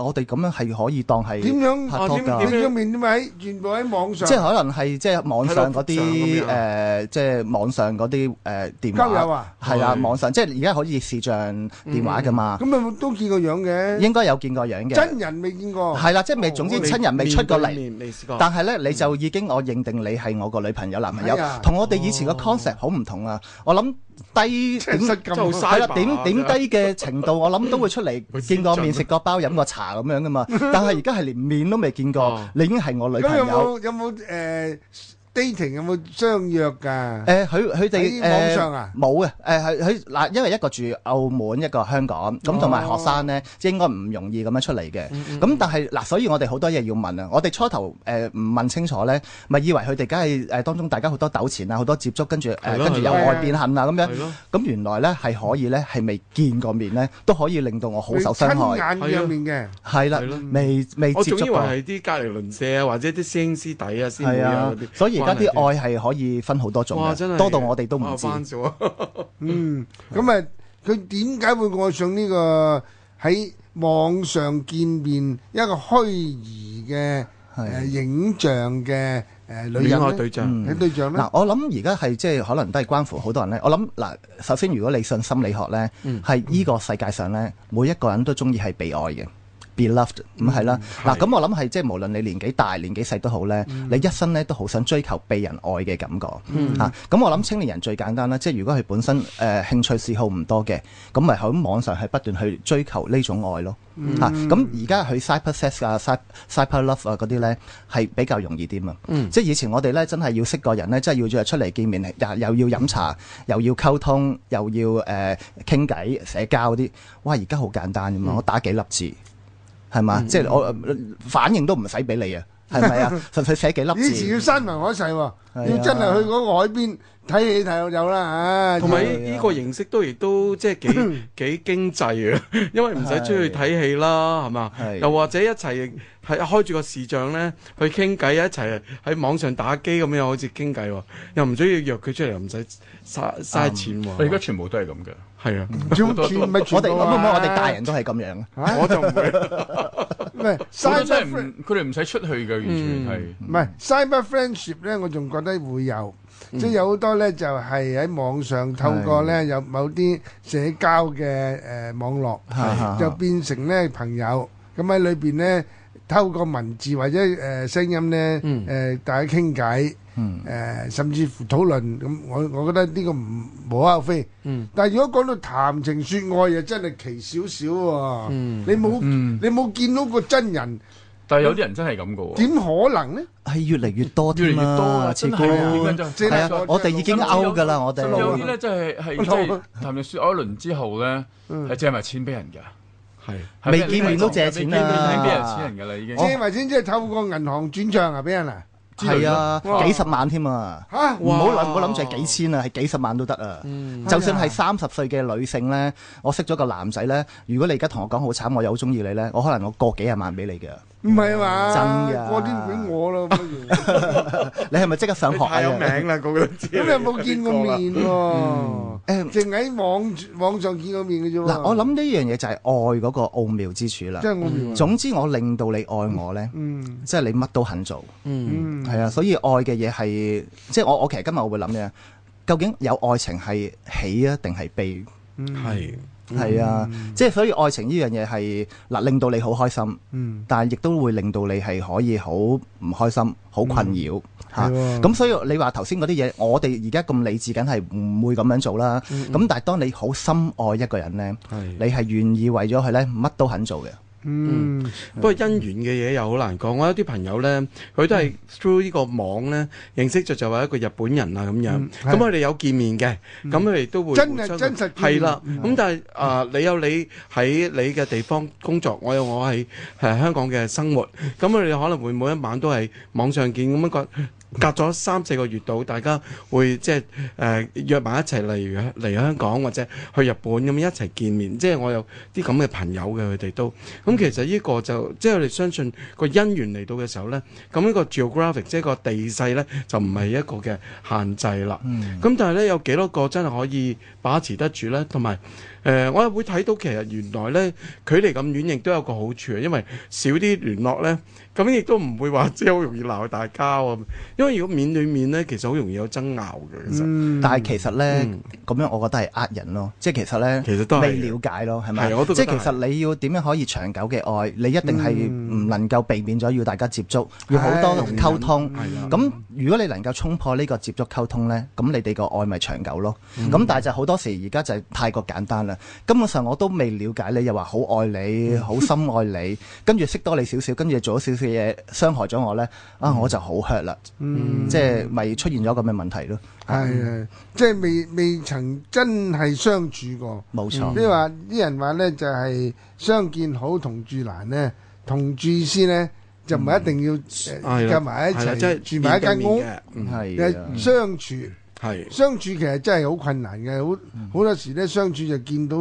D: 我哋咁樣係可以當係
C: 點樣
D: 拍拖
F: 啊點點
D: 㗎
F: 樣。
C: 見咗面點咪全部喺網上
D: 即係可能係即係網上嗰
F: 睇
D: 啲
F: 到
D: 誒，即係網上嗰啲誒電
C: 交友
D: 話，
C: 啊？
D: 係啊，
F: 係
D: 網上即係而家可以視像電話㗎嘛。
C: 咁啊都見過樣嘅，
D: 應該有見過樣嘅。
C: 真哦人未見過。
D: 係啦，即係未，總之親人未出過
F: 面哦對
D: 嚟。
F: 面哦未試過。
D: 但係咧，你就已經我認定你係我個女朋友男朋友
C: 哎呀，
D: 同我哋以前個 concept 好唔同啊！我諗低
C: 真
D: 點
C: 係失禁
F: 真係好嘥
D: 係啦，
F: 吧
D: 點點低嘅程度，我諗都會出嚟見過面、食過包、飲過茶咁樣噶嘛。但係而家係連面都未見過
F: 哦，
D: 你已經係我女朋
C: 咁有
D: 友。
C: 冇有冇誒 dating 有冇相約㗎？
D: 誒佢佢哋
C: 喺網上啊
D: 誒冇嘅誒係佢嗱，因為一個住澳門，一個香港，咁同埋學生咧，即係應該唔容易咁樣出嚟嘅。
E: 嗯
F: 嗯
D: 咁但係嗱，所以我哋好多嘢要問啊。我哋初頭誒唔問清楚咧，咪以為佢哋梗係誒當中大家好多糾纏啊，好多接觸，跟住
F: 係
D: 誒
F: 咯
D: 跟住由
C: 係咯
D: 愛變恨啊咁樣
F: 係咯。
D: 咁原來咧係可以咧係未見過面咧，都可以令到我好受傷
C: 親
D: 害。
C: 眼見面
D: 係啦
F: 係咯，
D: 未未
F: 我
D: 接
F: 仲以
D: 觸
F: 為
D: 過。
F: 係啲隔離鄰舍啊，或者啲師兄師弟啊、師妹
D: 係
F: 啊
D: 啊
F: 嗰啲，。
D: 所以而家啲
F: 關係
D: 愛係可以分好多種
F: 哇真係
D: 嘅，多到我哋都唔知
F: 啊。翻咗啊
C: 嘅，嗯，咁啊，佢點解會愛上呢個喺網上見面一個虛擬嘅
D: 係
C: 誒影像嘅誒女
F: 戀愛
C: 人
F: 對
C: 咧？
F: 象，
C: 嘅對象咧
D: 嗱，？我諗而家係即係可能都係關乎好多人咧。我諗嗱，首先如果你信心理學咧，係呢個世界上咧，每一個人都中意係被愛嘅。be loved 咁係啦，嗱咁我諗係即係無論你年紀大年紀細都好咧，你一生咧都好想追求被人愛嘅感覺嚇。咁我諗青年人最簡單啦，即係如果佢本身誒興趣嗜好唔多嘅，咁咪喺網上係不斷去追求呢種愛咯嚇。咁而家佢 cyber sex 啊、cyber cyber love 啊嗰啲咧係比較容易啲嘛。即係以前我哋咧真係要識個人咧，真係要約出嚟見面，又又要飲茶，又要溝通，又要誒傾偈、社交嗰啲。哇！而家好簡單啫嘛，我打幾粒字。係嘛？即係我呃反應都唔使俾你啊，係咪啊？純粹寫幾粒
C: 以前要
D: 字，
C: 山盟海誓喎，
D: 係啊
C: 要真係去嗰個海邊睇你睇有啦，唉，
F: 同埋呢呢個形式都亦都即係 幾幾經濟啊， 因為唔使出去睇戲啦，係嘛？
D: 係
F: 又或者一齊係開住個視像咧去傾偈，一齊喺網上打機咁樣，好似傾偈喎，又唔需要約佢出嚟，又唔使嘥嘥錢
E: 我而家
F: 喎。
E: 全部都係咁嘅。
F: 係啊，
C: 全全咪全
D: 我哋
C: 部
D: 會唔
C: 啊
D: 會我哋大人都係咁樣啊？
F: 我就唔會。
C: 唔係 cyber
E: 好多真係
C: friend-
E: 唔，佢哋唔使出去嘅，完全係。
C: 唔係 cyber friendship 咧，我仲覺得會有，即係有好多咧就係喺網上透過咧有某啲社交嘅誒網
D: 係
C: 絡，
D: 係
C: 就變成咧朋友。咁喺裏邊咧透過文字或者誒聲音咧誒大家傾偈，誒甚至乎討論。咁我我覺得呢個唔無可厚非。但係如果講到談情説愛，又真係奇少少喎。你冇你冇見到個真人，
E: 但係有啲人真係咁嘅喎
C: 點，可能咧？
D: 係越嚟越多
E: 越嚟
D: 添
E: 越多
D: 啦，
E: 啊！
D: 似
E: 真
D: 乎
E: 係啊點解
D: 係
E: 真
C: 即係
E: 係
D: 啊！我哋已經
E: 甚至有
D: out 㗎啦，我哋
E: 甚至有啲咧，真係係即係談完説愛一輪之後咧，係借埋錢俾人㗎。
F: 係
E: 係
D: 未
E: 俾人
D: 見面都借錢啦
E: 未見面已經俾人錢人㗎啦，已經。
C: 借埋錢即係透過銀行轉帳啊，俾人啊
D: 係啊，
F: 哇
D: 幾十萬添啊！
C: 嚇！
D: 唔好
F: 哇
D: 諗，唔好諗住係幾千啊，係幾十萬都得啊！
F: 嗯
D: 就算係三十歲嘅女性呢，我識咗個男仔呢，如果你而家同我講好慘，我又好中意你呢，我可能我過幾廿萬俾你嘅。
C: 唔係嘛？
D: 真㗎
C: 過啲俾我咯，不 如
D: 你係咪即刻上學啊？
F: 太有名啦，個個都知。
C: 咁你有冇見過面喎？
D: 誒
C: 淨喺網網上見過面嘅啫喎。
D: 嗯嗱，我諗嗯呢樣嘢就係愛嗰個奧妙之處啦
C: 即。係我
F: 嗯
C: 明白。
D: 總之，我令到你愛我呢，
C: 嗯
D: 即係你乜都肯做，
F: 嗯，
C: 嗯，
D: 係啊。所以愛嘅嘢係，即係我我其實今日我會諗嘅，究竟有愛情係喜啊定係悲？
C: 嗯
F: 係
D: 係啊，即係所以愛情呢樣嘢係嗱，令到你好開心，
C: 嗯
D: 但係亦都會令到你係可以好唔開心、好困擾
C: 嗯
D: 嚇。
C: 係喎
D: 咁、所以你話頭先嗰啲嘢，我哋而家咁理智，梗係唔會咁樣做啦。咁、
C: 嗯
D: 但係當你好深愛一個人呢，
F: 係。
D: 你係願意為咗佢呢乜都肯做嘅。
C: 嗯，
F: 不過姻緣嘅嘢又好難講。啊我有啲朋友咧，佢都係 through 呢個網咧認識咗就話一個日本人啊咁樣。
C: 係
F: 咁佢哋有見面嘅，咁佢哋都會
C: 嗯真係
F: 互相
C: 真實見面嗯
F: 係啦。咁但係啊，你有你喺你嘅地方工作，我有我喺誒香港嘅生活。咁佢哋可能會每一晚都係網上見咁樣個。隔咗三四個月度，大家會即係誒約埋一齊，例如嚟香港或者去日本咁樣一齊見面。即係我有啲咁嘅朋友嘅，佢哋都咁其實呢個就即係我哋相信個因緣嚟到嘅時候咧，咁呢個 geographic 即係個地勢咧就唔係一個嘅限制啦。
C: 嗯
F: 咁但係咧有幾多個真係可以把持得住咧？同埋誒，我又會睇到其實原來咧距離咁遠亦都有個好處啊，因為少啲聯絡咧，咁亦都唔會話即係好容易鬧大交啊。因為如果面對面咧，其實好容易有爭拗嘅。其實
C: 嗯
D: 但係其實呢，
F: 嗯
D: 咁、樣我覺得係呃人咯，即係其實呢，
F: 其實都係
D: 未了解咯，係咪？
F: 係我都
D: 即
F: 覺
D: 係
F: 得係嗯
D: 其實你要點樣可以長久嘅愛，你一定係唔能夠避免咗要大家接觸，要好多
C: 係
D: 溝通。
F: 係啦嗯
D: 咁如果你能夠衝破呢個接觸溝通呢，咁你哋個愛咪長久咯。
F: 嗯
D: 咁、但係就好多時而家就係太過簡單啦。根本上我都未了解你，又話好愛
F: 嗯
D: 你，好深 愛你，跟住識多你少少，跟住做咗少少嘢傷害咗我呢，啊
F: 嗯
D: 我就好 hurt 啦。即係咪出現咗咁嘅問題咯？
C: 嗯係啊，即係未未曾真係相處過。
D: 冇錯。
C: 即係話啲人話咧，就係、相見好同住難咧，同住意思咧就唔
D: 嗯
C: 係一定要
F: 嗯係
C: 誒
F: 啦
C: 呃夾埋一
F: 係啦即係
C: 齊住埋一間屋
F: 面對，面嘅嗯
D: 係
C: 誒
D: 啊
C: 相處
F: 係
C: 相處其實真係好困難嘅，好
F: 嗯
C: 好多時咧相處就見到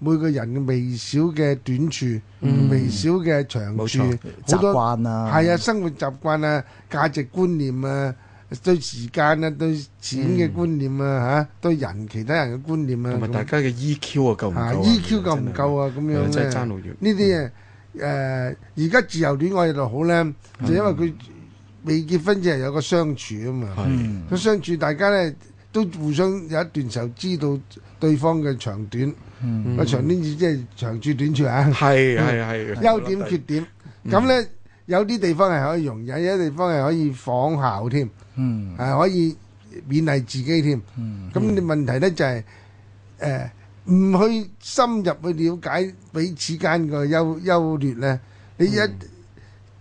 C: 每個人嘅微小嘅短處、
F: 嗯
C: 微小嘅長
F: 冇
C: 處，
D: 習
C: 好多
D: 慣啊，
C: 係啊生活習慣啊、價值觀念啊。對時間啊、對錢嘅觀念啊、嚇、對人其他人嘅觀念
F: 嗯
C: 啊，
F: 同埋
C: 咁
F: 大家嘅 EQ 啊夠唔夠
C: 啊
F: 啊
C: EQ 夠唔夠
F: 啊？
C: 啊？咁
F: 係
C: 樣
F: 啊真係
C: 咧
F: 爭好遠
C: 呢啲嘢誒，而家自由戀愛就好咧，就因為佢未結婚只係有個相處啊嘛。
F: 係
D: 嗯
C: 個相處大家咧都互相有一段時候知道對方嘅長短，
D: 嗯
C: 個嗯長短即係長處短處啊，
F: 嗯係係係
C: 優點缺點。咁咧有啲地方係可以容忍，有啲地方係可以仿效添。
D: 嗯，
C: 係可以勉勵自己添。咁你問題咧就係誒唔去深入去了解彼此間個優優劣咧，你一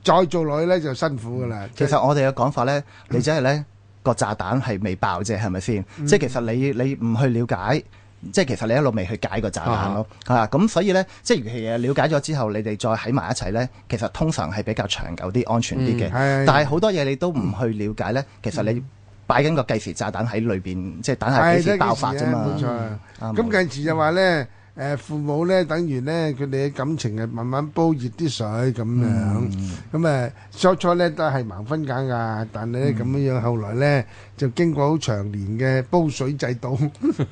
C: 再做落去咧就辛苦噶啦。
D: 其實我哋嘅講法呢，你即係呢個炸彈係未爆啫，係咪先？即係其實你你唔去了解。即係其實你一路未去解個炸彈咯，啊咁、所以呢，即係其實了解咗之後，你哋再喺埋一齊呢，其實通常係比較長久啲、安全啲嘅。
C: 嗯係
D: 但係好多嘢你都唔去了解呢，其實你擺緊個計時炸彈喺裏邊，即係等下幾時爆發啫嘛
C: 係。真係
D: 啱啊
C: 冇錯。咁近時就話咧。誒父母咧，等於咧佢哋嘅感情係慢慢煲熱啲水咁樣，咁誒初初咧都係盲婚假嫁，但係咧咁樣樣，後來咧就經過好長年嘅煲水制度。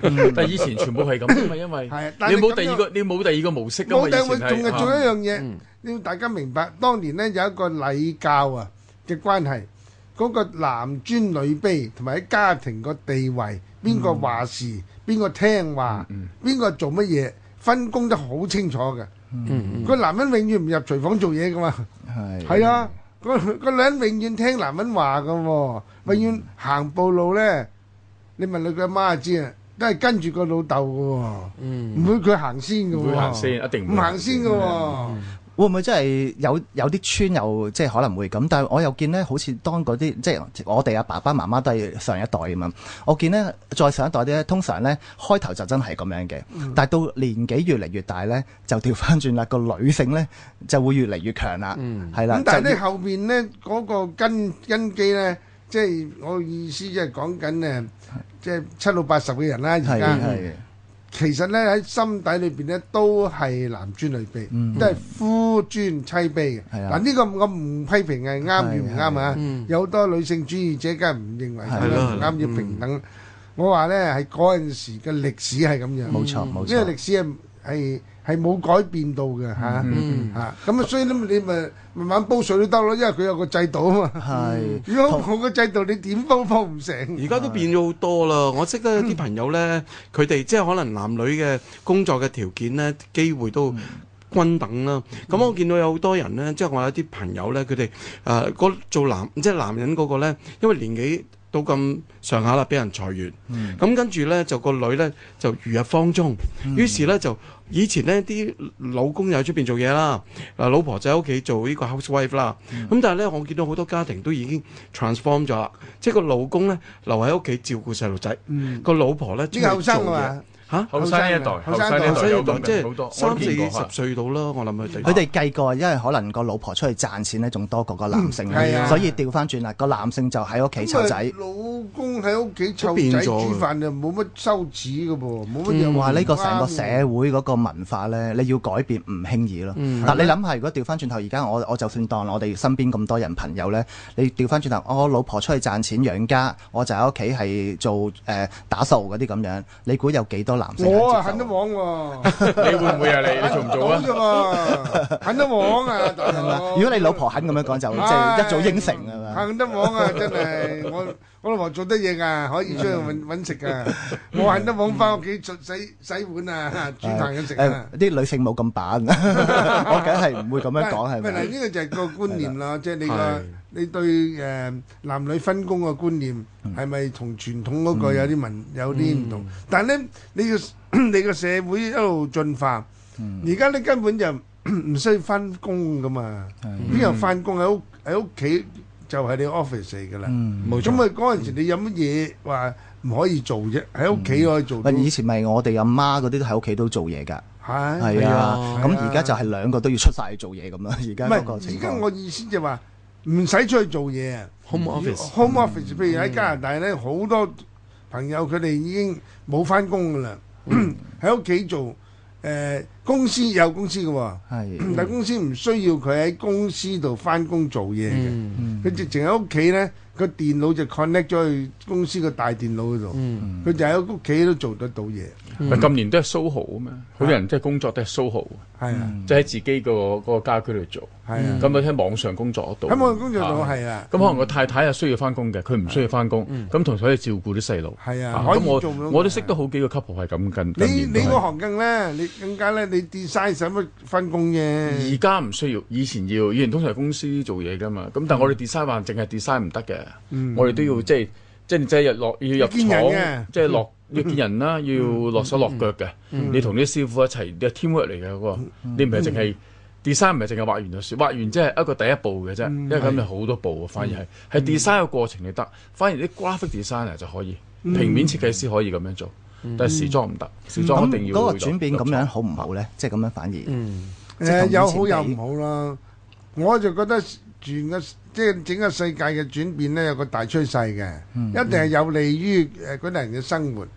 E: 但係以前全部係咁噶嘛，因為
C: 係啊但係
E: 你冇
C: 咁
E: 第二個，你冇第二個模式噶嘛。
C: 冇
E: 以
C: 但係仲
E: 前
C: 係
E: 係啊
C: 仲有一樣
F: 嗯
C: 嘢，你要大家明白，當年咧有一個禮教啊嘅關係，嗰、個男尊女卑同埋喺家庭個地位，邊
E: 嗯
C: 個話事，邊個聽話，邊個做乜嘢，分工得好清楚嘅。
F: 嗯
E: 嗯
C: 個男人永遠唔入廚房做嘢噶嘛，
D: 係
C: 係啊，個個女人永遠聽男人話噶喎，永遠
E: 嗯
C: 行步路咧，你問佢佢阿媽就知啊，都係跟住個老豆噶喎，唔會佢行先噶
E: 嗯唔會
C: 喎，
E: 行先一定唔嗯
C: 唔
E: 會
C: 行先㗎喎。
D: 會唔會真係有有啲村又即係可能會咁？但係我又見呢，好似當嗰啲即係我哋阿爸爸媽媽都係上一代咁樣。我見呢，再上一代啲咧，通常呢開頭就真係咁樣嘅，
C: 嗯
D: 但係到年紀越嚟越大呢，就調翻轉啦，個女性呢就會越嚟越強啦，係啦、
C: 嗯咁但係
D: 就
C: 咧後邊咧嗰個根根基咧，即係我意思即係講緊誒，即係七老八十嘅人啦。而
D: 係
C: 家
D: 係
C: 其實咧喺心底裏邊咧都係男尊女卑，
D: 嗯
C: 都係夫尊妻卑嘅。
D: 係啊
C: 嗱呢個我唔批評係啱與唔啱啊
F: 嗯！
C: 有好多女性主義者梗係唔認為
D: 係
C: 咁樣唔
F: 係啦
C: 啱要平等。我話咧係嗰陣時嘅歷史係咁樣。
D: 嗯冇錯冇
C: 因為
D: 錯
C: 歷。史係係係冇改變到嘅嚇
F: 嗯
C: 嚇，咁啊所以咧你咪慢慢煲水都得咯，因為佢有個制度啊 嘛。
D: 係
C: 如果冇個制度，你點煲煲唔成？
F: 而家都變咗好多啦！我識得啲朋友呢，佢哋即係可能男女嘅工作嘅條件呢，機會都均等啦。咁我見到有好多人呢，即係我有啲朋友呢，佢哋誒嗰做男即係男人嗰個呢，因為年紀到咁上下啦，俾人裁員，咁、跟住呢，就個女呢，就如日方中，於是呢，就以前呢啲老公又喺出邊做嘢啦，嗱老婆就喺屋企做呢個 housewife 啦，咁、但係呢，我見到好多家庭都已經 transform 咗啦，即係個老公呢，留喺屋企照顧細路仔，個老婆呢，
C: 呢
F: 出
C: 個
F: 嚟
C: 後
F: 做
C: 生嘅
F: 嘢
C: 嘛，
F: 嚇。
E: 後生一代，
C: 後
E: 後
C: 生
E: 生
C: 一代
E: 一代有
F: 代
E: 咁
F: 即
E: 嘅好多，
F: 係
E: 我
F: 三四
E: 見過
F: 十歲到啦，我諗佢哋。
D: 佢哋計過，因為可能個老婆出去賺錢咧，仲多過個男性
C: 嗯係啊
D: 咧，所以調翻轉啦，個男性就喺屋企湊仔。
C: 老公喺屋企
F: 都
C: 湊
F: 變
C: 仔
F: 咗
C: 煮
F: 㗎
C: 飯就冇乜羞恥嘅噃，冇乜嘢
D: 話呢個成個社
C: 寫
D: 會嗰個文化呢，你要改變唔輕易咯。嗱，你諗下，如果調翻轉頭，而家我我就算當我哋身邊咁多人朋友呢，你調翻轉頭，我老婆出去賺錢養家，我就喺屋企係做誒打掃嗰啲咁樣，你估有幾多男性肯
C: 我啊
D: 接
C: 肯得
D: 受？
C: 往喎，
E: 你會唔會啊？你你做唔 做
C: 到？
E: 啊
C: 啫嘛，肯得 往啊，大
D: 係嘛
C: 佬。
D: 如果你老婆肯咁樣講，就即係一早應承係 嘛？
C: 肯得網啊，真係我我老婆做得嘢噶，可以出去揾揾食噶。我肯得網翻屋企洗洗洗碗啊，煮飯咁食啊。
D: 誒啲女性冇咁板， 我梗係唔會咁樣講係
C: 喂嗱，
D: 咪？
C: 呢個就係個觀念啦，即係你
F: 係
C: 個你對誒男女分工嘅觀念係咪同傳統嗰個有啲文有啲唔
F: 嗯
C: 同？但係咧，你個 你個社會一路進化，而家咧根本就 唔需要翻工噶嘛，邊有翻工喺屋喺屋企就係你 office 嚟㗎啦。
F: 冇
C: 咁咪嗰陣時你有乜嘢話唔可以做啫？喺屋企可以做到，
D: 喂，以前咪我哋阿媽嗰啲都喺屋企都做嘢㗎。
C: 係
D: 係啊，咁
C: 係啊
D: 而家就係兩個都要出晒去做嘢咁啦。 而
C: 唔
D: 家嗰
C: 係？
D: 個
C: 而
D: 情
C: 家
D: 況
C: 我意思就話唔使出去做嘢啊
F: home office
C: ，home office。譬如喺加拿大咧，好多朋友佢哋已經冇翻工㗎啦，
E: 嗯
C: 喺屋企做。誒、公司有公司嘅喎，
E: 嗯
D: 係
C: 但公司唔需要佢喺公司度翻工做嘢嘅，
E: 嗯
D: 嗯
C: 佢直情喺屋企咧個電腦就 connect 咗去公司個大電腦嗰度，
F: 嗯
E: 嗯
C: 佢就喺屋企都做得到嘢，
E: 咪近年都係 SOHO 啊嘛，好多人即係工作都係 SOHO，
C: 係啊，
F: 嗯
E: 即係喺自己個嗰個家居度做。
C: 係啊。
E: 咁佢喺網上工作嗰度。
C: 喺網上工作度
E: 嗯啊
C: 係啊，
E: 咁可能個太太係需要翻工嘅，佢唔需要翻工，
F: 嗯
E: 咁同時可以照顧啲細路。
C: 係啊
E: 啊
C: 可以
E: 咁我
C: 做到嘅
E: 我都識得好幾個 couple 係咁近
C: 你
E: 近年都
C: 你
E: 係
C: 嗰行更咧，你更加咧，你 design 使乜分工
E: 而
C: 啫？
E: 家唔需要，以前要，以前通常係公司做嘢噶嘛。咁但係我哋 design 話淨係 design 唔得嘅，
D: 嗯
C: 嗯
E: 我哋都要即係即係即係入落要入
C: 見人
E: 廠
C: 嘅，
E: 即係落
D: 嗯
E: 要見人啦，要落手落腳嘅。你同啲師傅一齊，你 teamwork 嚟嘅嗰
D: 嗯
E: 個，你唔係淨係 design 唔係淨係畫完就算，畫完即係一個第一步嘅啫，
D: 嗯
E: 因為咁有好多步啊，反而係係 design 嘅過程你得，反而啲 graphic designer 就可以，
D: 嗯
E: 平面設計師可以咁樣做，但係時裝唔得，時裝一定
D: 咁
E: 要
D: 嗰個
E: 入
D: 轉變
E: 入
D: 咁
E: 廠
D: 樣好唔好咧？即係咁樣反
F: 嗯
D: 而即
C: 誒
D: 係同
C: 有
D: 以前
C: 好有
D: 比
C: 唔好啦。我就覺得全個即係整個世界嘅轉變咧，有個大趨勢嘅，
D: 嗯
C: 一定係有利於誒嗰啲人嘅生活。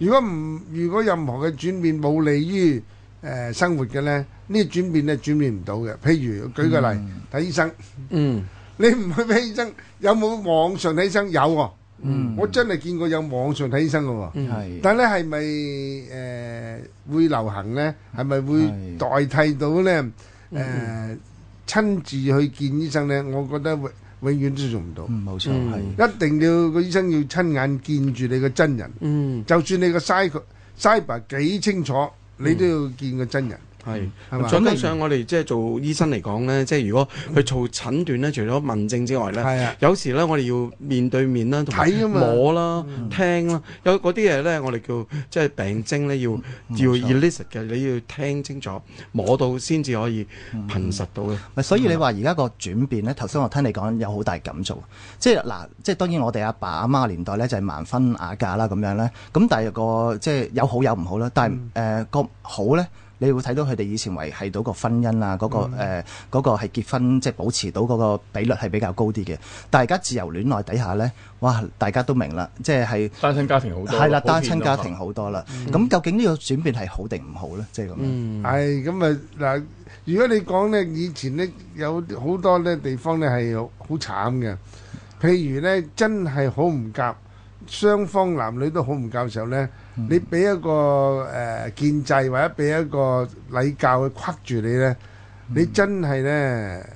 C: 如果唔如果任何嘅轉變冇利於誒生活嘅咧，呢啲轉變咧轉變唔到嘅。譬如舉個例，睇醫生。
F: 嗯，
C: 你唔去睇醫生，有冇網上睇醫生？有喎、嗯我真係見過有網上睇醫生嘅喎、
D: 嗯
F: 嗯
D: 係
C: 但係咧係咪誒會流行咧？係嗯咪會代替到咧誒、親自去見醫生咧？我覺得永永遠都做唔到，
D: 嗯冇錯
F: 嗯
D: 係
C: 一定要個醫生要親眼見住你個真人，
F: 嗯，
C: 就算你個 cyber cyber 幾清楚，你都要見個真人。
F: 係，
C: 係嘛
F: 再加上我哋即係做醫生嚟講咧，即係如果去做診斷咧，除咗問症之外咧，
C: 係啊，
F: 有時咧我哋要面對面啦，同埋
C: 睇啊嘛
F: 摸啦、聽啦，有嗰啲嘢咧，我哋叫即係病徵咧，要
C: 嗯
F: 要 elicit 嘅，你要聽清楚，摸到先至可以
C: 嗯
F: 憑實到嘅。
D: 咪所以你話而家個轉變咧，頭先我聽你講有好大感觸，即係嗱，即係當然我哋阿爸阿媽年代咧就係盲婚啞嫁啦咁樣咧，咁但係個即係有好有唔好啦，但係誒個好咧。你會睇到佢哋以前維係到個婚姻啊，嗰、個誒嗰、個係結婚，即係保持到嗰個比率係比較高啲嘅。但係而家自由戀愛底下呢，哇！大家都明啦，即係係
E: 單親家庭好多，啊
D: 係啦，
E: 普遍
D: 單親家庭好多啦。咁、究竟呢個轉變係好定唔好呢？即係咁樣。
F: 嗯，
C: 係咁啊嗱，如果你講咧，以前咧有好多咧地方咧係好慘嘅，譬如咧真係好唔夾，雙方男女都好唔夾嘅時候咧，你俾一個誒、呃建制或者俾一個禮教去框住你咧，你真係咧哦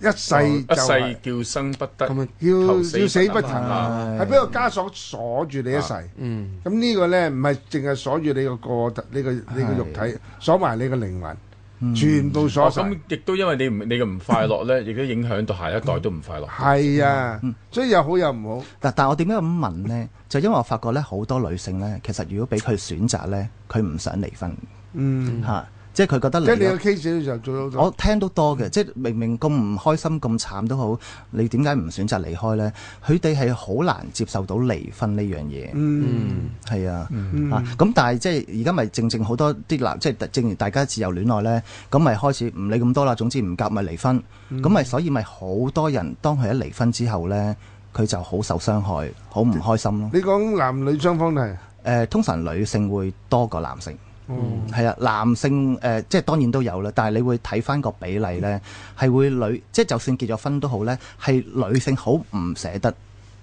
C: 一世就
E: 一
C: 係
E: 世叫生不得，
F: 咁啊，
C: 要
E: 頭
C: 要死不
E: 得
C: 曾
E: 啊
C: 啊！係俾個枷鎖鎖住你一世。
F: 嗯，
C: 咁呢個咧唔係淨係鎖住你個個體你個你個肉體，鎖埋你個靈魂，全部鎖
E: 哦
C: 晒。
E: 咁亦都因為你唔你嘅唔快 樂咧，亦都影響到下一代都唔快樂。
C: 係啊，所以有好有唔好。
D: 嗱，但係我點解咁問呢？就因為我發覺咧，好多女性咧，其實如果俾佢選擇咧，佢唔想離婚
C: 嗯，
D: 嚇、即係佢覺得
C: 即係你
D: 離
C: 個
D: 咗。
C: case 嘅時候做到好
D: 我
C: 多。
D: 聽都多嘅，即係明明咁唔開心、咁慘都好，你點解唔選擇離開呢？佢哋係好難接受到離婚呢樣嘢。
C: 嗯
D: 係啊，
C: 嗯
D: 啊咁但係即係而家咪正正好多啲男，即係正如大家自由戀愛呢，咁咪開始唔理咁多啦，總之唔夾咪離婚，
C: 嗯
D: 咁咪、所以咪好多人當佢一離婚之後呢，佢就好受傷害，好唔開心咯。
C: 你講男女雙方都係。
D: 誒、呃通常女性會多過男性，
C: 哦
D: 係啊，男性誒、即係當然都有啦，但係你會睇翻個比例呢，係會女即係就算結咗婚都好呢，係女性好唔捨得誒、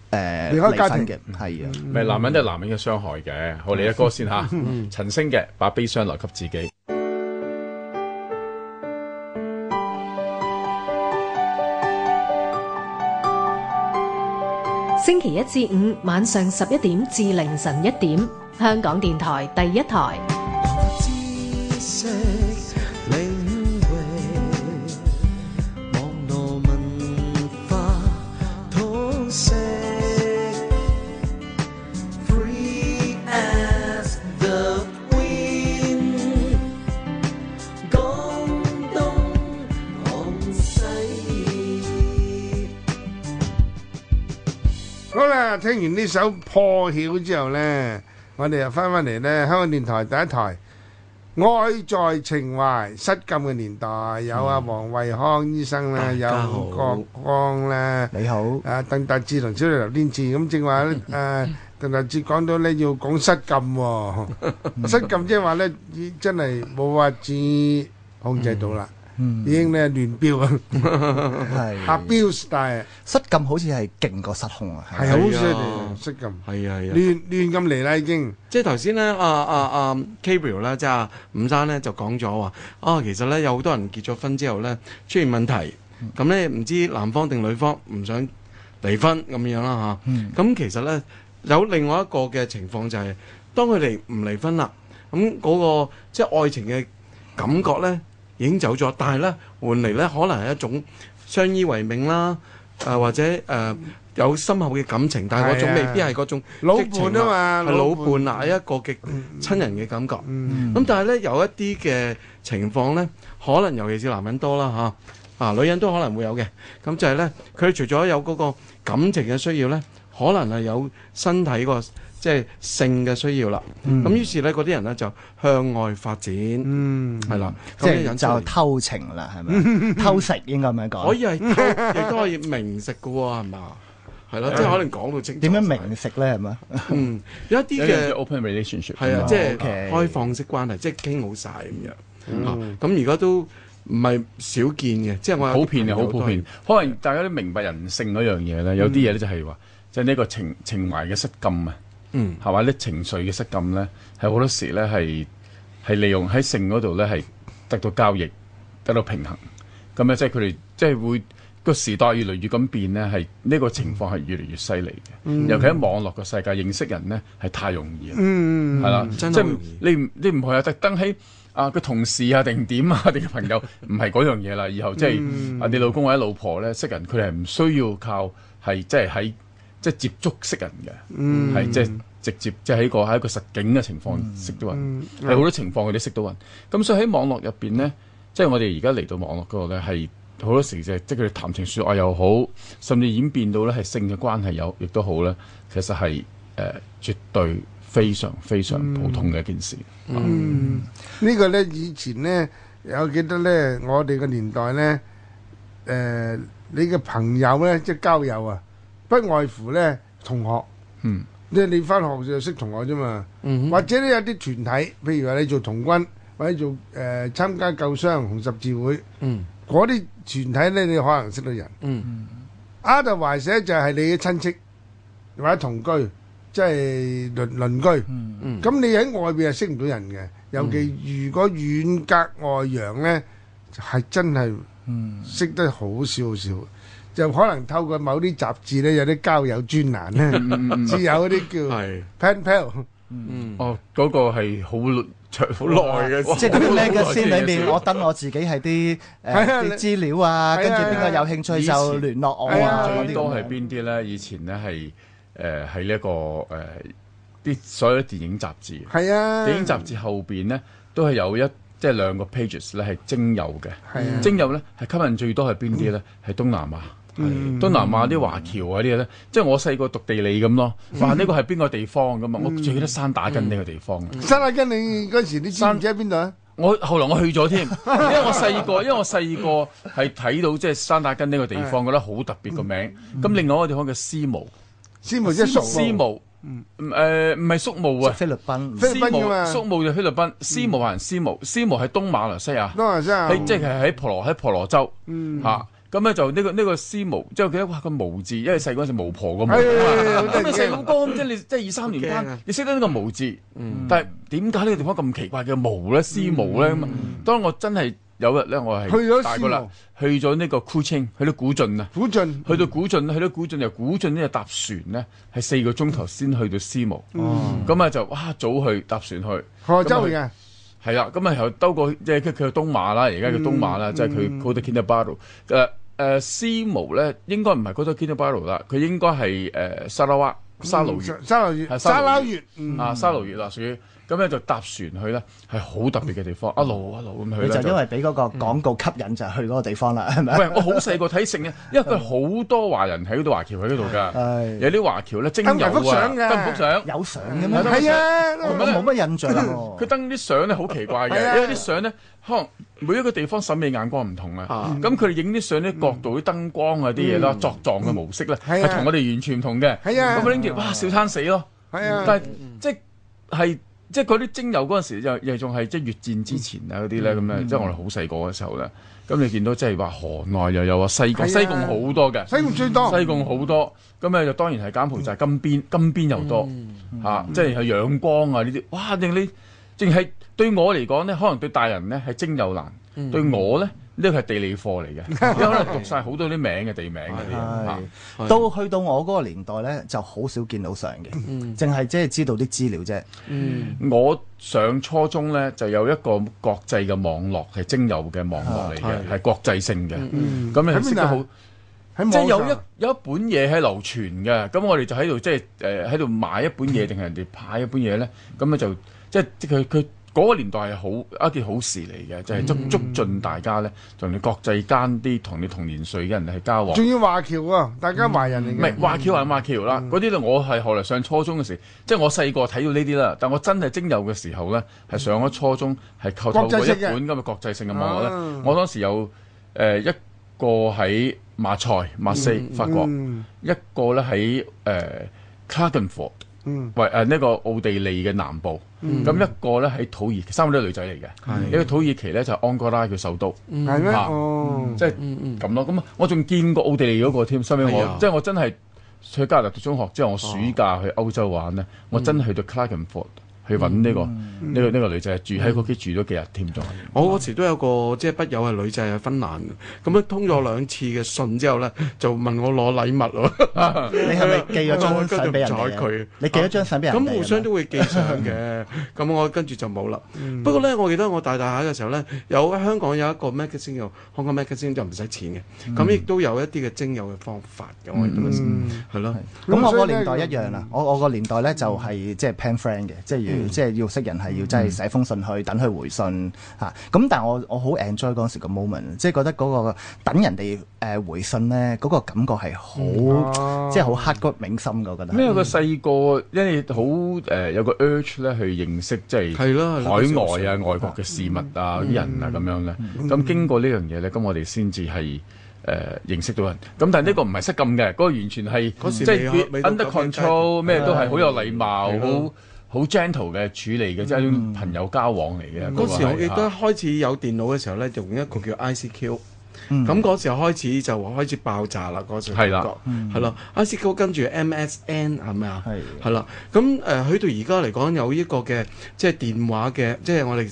D: 呃
C: 離開家
D: 離
C: 庭嗯
D: 婚嘅，係啊。
E: 咪男人都係男人嘅傷害嘅。我哋嘅歌 先吓，
F: 嗯
E: 陳星嘅《把悲傷留給自己》。
A: 星期一至五晚上十一點至凌晨一點，香港電台第一台。
B: 知識領域，網絡文化通識，free as the wind，廣東廣西。
C: 好啦，聽完呢首破曉之後呢，我哋又翻返嚟呢香港電台第一台《愛在情懷》失禁嘅年代，有阿黃惠康醫生啦，
F: 大
C: 有
F: 家好
C: 伍國光啦。
D: 你好，
C: 啊，鄧達志同小李劉天志咁正話咧，誒鄧達志講到咧要講失禁喎，失禁即係話咧已真係冇法子控制到啦，
D: 嗯
C: 已，經咧亂飆 啊
D: 係
C: ，abuse 但係
D: 失禁好似係勁過失控啊，
C: 係好犀利，失禁
F: 係啊，係啊。
C: 亂亂咁嚟啦已經，
F: 即係頭先咧，啊啊啊 Gabriel 咧，即係啊伍生咧就講咗話，啊其實咧有好多人結咗婚之後咧出現問題，
C: 嗯
F: 咁咧唔知男方定女方唔想離婚咁樣啦吓，
D: 嗯
F: 咁、其實咧有另外一個嘅情況就係、當佢哋唔離婚啦，咁嗰、個即係愛情嘅感覺咧已經走咗，但係咧換嚟咧可能係一種相依為命啦，誒、或者誒、有深厚嘅感情，但係嗰種
C: 係
F: 未
C: 啊
F: 必係嗰種。
C: 老
F: 激情
C: 伴啊嘛，
F: 係老伴啊，一個嘅
C: Ừ,
F: 親人嘅感覺。咁、
C: 嗯，
F: 但係咧有一啲嘅情況咧，可能尤其是男人多啦嚇，啊女人都可能會有嘅。咁就係咧，佢除咗有嗰個感情嘅需要咧，可能係有身體個即係性嘅需要啦。咁、
D: 嗯
F: 於是咧嗰啲人咧就向外發展，係
C: 嗯，
F: 啦、
D: 即
F: 咁
D: 係
F: 引
D: 就
F: 就
D: 偷情啦，係咪？ 偷食應該咁樣
F: 可
D: 講。
F: 以係 偷，亦都可以明食嘅喎，係嘛？係啦，即係可能講到清楚
D: 點樣
F: 晒
D: 明啊食咧？係咪？
F: 嗯，有一啲
E: 有啲
F: 嘅
E: 叫。open relationship
F: 係啊，
E: 嘛
F: 即係
D: OK
F: 開放式關係，即係傾好晒咁樣啊。咁而家都唔係少見嘅，即係我有
E: 普遍
F: 啲
E: 嘅，
F: 朋
E: 好
F: 友都
E: 普遍
F: 係。
E: 可能大家都明白人性嗰樣嘢咧，有啲嘢咧就係話，即係呢個情情懷嘅失禁啊，
F: 嗯，
E: 係嘛？呢情緒嘅失禁咧，係好多時咧係係利用喺性嗰度咧係得到交易，得到平衡。咁啊咧即係佢哋即係會個時代越嚟越咁變咧，係呢個情況係越嚟越犀利嘅。
F: 嗯
E: 尤其喺網絡嘅世界，認識人咧係太容易啦。
C: 嗯，
E: 係啦，
F: 真係
E: 即係
F: 好容易
E: 你唔你唔係啊，特登喺啊個同事啊定點啊定朋友，唔係嗰樣嘢啦。以後即
F: 嗯
E: 係啊你老公或者老婆咧識人，佢哋係唔需要靠係即係喺即係接觸識人嘅，
D: 嗯
E: 係即係直接即係喺個喺一個實景嘅情況識到
D: 嗯
E: 人，係好多情況佢哋識到人。咁所以喺網絡入邊咧，即係我哋而家嚟到網絡嗰度咧係。好多時就係即係佢哋談情説愛又好，甚至演變到咧係性嘅關係有，亦都好咧。其實係誒、呃、絕對非常非常
D: 嗯
E: 普通嘅一件事。
C: 呢個呢，以前呢，有記得呢，我哋個年代呢，誒、你嘅朋友呢，即係交友啊，不外乎呢同學，
E: 嗯，
C: 即係你翻學就識同學啫嘛，
F: 嗯
C: 或者呢，有啲團體，譬如話你做童軍，或者做誒、呃、參加救傷紅十字會，
F: 嗯
C: 嗰啲團體呢，你可能識到人。
F: 嗯
C: otherwise 呢就係你嘅親戚或者同居，即係鄰鄰居。
F: 嗯
C: 咁你喺外邊係識唔到人嘅，尤其如果遠隔外洋呢，係真係
D: 嗯
C: 識得好少好少。就可能透過某啲雜誌呢，有啲交友專欄呢，至有嗰啲叫
F: 係
C: pen pal。
F: 嗯
E: 哦，嗰、個係好長好
F: 耐嘅
E: 哇
D: 即係嗰啲
E: 好耐
D: magazine 裏
E: 嘅事
D: 面，我登我自己係啲誒
C: 係啊你
D: 啲資料啊，跟住
C: 係啊
D: 邊個有興趣
E: 以前
D: 就聯絡我
C: 係
D: 啊
C: 啊
D: 嗰
E: 最
D: 啲
E: 多
D: 咁
E: 係
D: 樣。
E: 邊啲咧？以前咧係誒喺呢一個誒啲、所有電影雜誌，
C: 係啊，
E: 電影雜誌後邊咧都係有一即係兩個 pages 咧係精友嘅。
C: 係啊，
E: 精友咧係吸引最多係邊啲咧？係東南亞。係東南亞啲華僑啊啲咧，即係我細個讀地理咁咯。哇！呢個係邊個地方咁啊？我最記得山打根呢個地方。
C: 新亞根你嗰時你知唔知喺邊度啊？
E: 我後來我去咗添，因為我細個，因為我細個係睇到即係山打根呢個地方，覺得好特別個名。咁另外一個地方叫絲毛，
C: 斯慕即係熟
E: 絲
C: 慕，
E: 毛，嗯誒唔係宿毛啊，
D: 菲律賓
C: 菲律賓㗎
E: 絲
C: 嘛嗯
E: 毛，宿毛就菲律賓，絲毛係人絲毛，絲毛係東馬來西亞。
C: 多啊真
E: 喺
C: 係
E: 即係喺婆羅喺婆羅洲
C: 嗯
E: 嚇。咁咧就呢個呢個絲毛，即係我記得哇個毛字，因為細嗰陣時巫婆個
C: 哎
E: 毛啊
C: 係
E: 嘛
C: 好，得
E: 咁
C: 人
E: 你
C: 驚
E: 細佬哥咁即係你即係二三年
F: 好驚
E: 班
F: 啊，
E: 你識得呢個毛字，
C: 嗯
E: 但係點解呢個地方咁奇怪嘅毛咧絲毛咧咁啊？當我真係有日咧，我係
C: 去咗
E: 大個
C: 絲
E: 啦
C: 毛，
E: 去咗呢個 Kuching，去到古晉啊。
C: 古晉。
E: 去到古晉，去到古晉由古晉呢就搭船咧，係四個鐘頭先去到絲毛。
D: 嗯
E: 咁啊就哇早去搭船去，
C: 何州嚟嘅？
E: 係啦，咁啊又兜過即係佢佢東馬啦，而家叫東馬
D: 嗯
E: 啦，即係佢 Kota Kinabalu 誒誒絲毛咧，應該唔係 Kota Kinabalu 啦，佢應該係誒沙拉哇
D: 嗯
E: 沙勞越
C: 沙撈越，沙
E: 係沙
C: 撈
E: 撈
C: 越，嗯
E: 啊沙勞越啦，屬於咁咧就搭船去咧，係好特別嘅地方，一路一路咁去
D: 你
E: 咧
D: 就因為俾嗰個廣告吸引，就去嗰個地方啦，係咪？啊
E: 喂，我好細個睇聖嘅，因為佢好多華人喺嗰度華僑喺嗰 度
D: 係
E: 㗎，有啲華僑咧精
C: 嗯登埋
E: 油
C: 幅
E: 啊，
C: 相㗎
E: 登幅相。
D: 有相嘅咩？
E: 係
C: 係啊，
D: 我
E: 咁
D: 冇乜印象啊
E: 佢
D: 喎。
E: 登啲相咧好奇怪
C: 係啊
E: 嘅，因為啲相咧可能每一個地方審美眼光唔同啊
F: 啊。
E: 咁佢哋影啲相啲角度、啲燈光啊啲嘢啦、作狀嘅模式咧，
C: 嗯係啊
E: 係同我哋完全唔同嘅。
C: 係啊
E: 咁拎住哇小餐死咯，
C: 係啊
E: 但係，即係。即係嗰啲精油嗰陣時，又又仲係即係越戰之前啊嗰啲
C: 嗯
E: 咧咁樣，即係我哋好細個嘅時候咧，咁你見到即係話河內又有啊西
C: 係啊
E: 貢，西貢好多嘅，
C: 西貢最多，嗯
E: 西貢好多，咁咧就當然係柬埔寨金邊，金邊又多嚇、啊即係有陽光啊呢啲，哇！令你淨係對我嚟講咧，可能對大人咧係精又難，對我咧呢個係地理課嚟嘅，因為可能讀晒好多啲名嘅地名嗰啲嘢嚇
D: 係。到去到我嗰個年代咧，就好少見到相嘅，淨係即係知道啲資料啫。
F: 嗯
E: 我上初中咧就有一個國際嘅網絡係精友嘅網絡嚟
F: 啊
E: 嘅，係國際性嘅。
C: 嗯
E: 咁
C: 喺
E: 你
C: 邊
E: 識得
C: 啊
E: 好，
C: 喺網
E: 即係有一
C: 上
E: 有一本嘢喺流傳嘅。咁我哋就喺度即係誒喺度買一本嘢定係人哋派一本嘢咧？咁咧就即係即係佢佢嗰個年代係好一件好事嚟嘅，就係
C: 嗯
E: 促促進大家咧同你國際間啲同你同年歲嘅人係交往。
C: 仲嗯要華僑喎，大家華人嚟
E: 唔
C: 嘅
E: 係，華僑啊係華僑
C: 嗯
E: 啦，嗰啲咧我係後來上初中嘅時，即係我細個睇到呢啲啦，但我真係精幼嘅時候咧，係上咗初中係靠透
C: 國
E: 過
C: 際
E: 一
C: 性嘅
E: 本咁嘅國際性嘅網絡咧，
C: 啊
E: 我當時有誒、呃一個喺馬賽馬四法國，
C: 嗯
E: 一個咧喺誒 c l a r g e n f o r d
C: 嗯
E: 喂誒呢個奧地利嘅南部，
F: 嗯
E: 咁一個咧喺土耳其，三個都係女仔嚟嘅，一個土耳其咧就係安哥拉嘅首都。
C: 係咩？
E: 啊
C: 哦，
E: 即係
F: 嗯
E: 咁咯。咁我仲見過奧地利嗰個添，收尾
F: 係啊
E: 我即係我真
F: 嗯
E: 係去加拿大讀中學之後，我暑假去歐洲玩咧，我真係去到 c l a r k e n f o r d 去去揾呢個呢個呢個女仔，住喺屋企住咗幾日添仲係。
F: 我嗰時都有個即係筆友係女仔係啊芬蘭嘅，咁樣通咗兩次嘅信之後咧，就問我攞禮物咯。
D: 你係咪寄咗張相俾人
F: 我跟
D: 哋
F: 住唔睬佢
D: 啊？你寄咗張相俾人哋啊
F: 咁互相都會寄相 嘅，咁我跟住就冇啦。
D: 嗯
F: 不過咧，我記得我大大下嘅時候咧，有香港有一個 magazine 叫香港 magazine 就唔使錢嘅，
D: 嗯
F: 咁亦都有一啲嘅徵友嘅方法嘅，我記得嗰時係咯。
D: 咁我
C: 啊所以
D: 個
C: 咧嗯
D: 年代一樣啦，我我個年代咧就係即係 pen friend 嘅，即係要即係要識人係要
C: 嗯
D: 真係寫封信去等佢回信嚇。咁但係我我好 enjoy 嗰陣時個 moment，即係覺得嗰個等人哋誒回信咧嗰個感覺係
C: 嗯
D: 好即係好刻骨銘心嘅，我覺得。
E: 咩有個細個，因為好誒有個 urge 咧去認識即係
F: 係咯係
E: 海
F: 咯
E: 外啊、外國嘅事物啊、人啊咁樣咧。咁經過呢樣嘢咧，咁我哋先至係誒認識到人。咁但係呢個唔係失禁嘅，嗰個完全係
F: 嗰時
E: 即係
F: 未未到
E: under
F: 咁
E: control，咩都係好有禮貌、
F: 係
E: 好
F: 咯
E: 好 gentle 嘅處理嘅，即係一種朋友交往嚟嘅。
F: 嗯嗰時我記
E: 亦
F: 得開始有電腦嘅時候咧，用一個
D: 嗯
F: 叫 ICQ。咁嗰時候開始就開始爆炸啦，嗰時
E: 係啦
F: 感覺係啦，ICQ 跟住 MSN 係咪啊？
D: 嗯係
F: 係啦，咁誒去到而家嚟講有呢個嘅即係電話嘅，即係我哋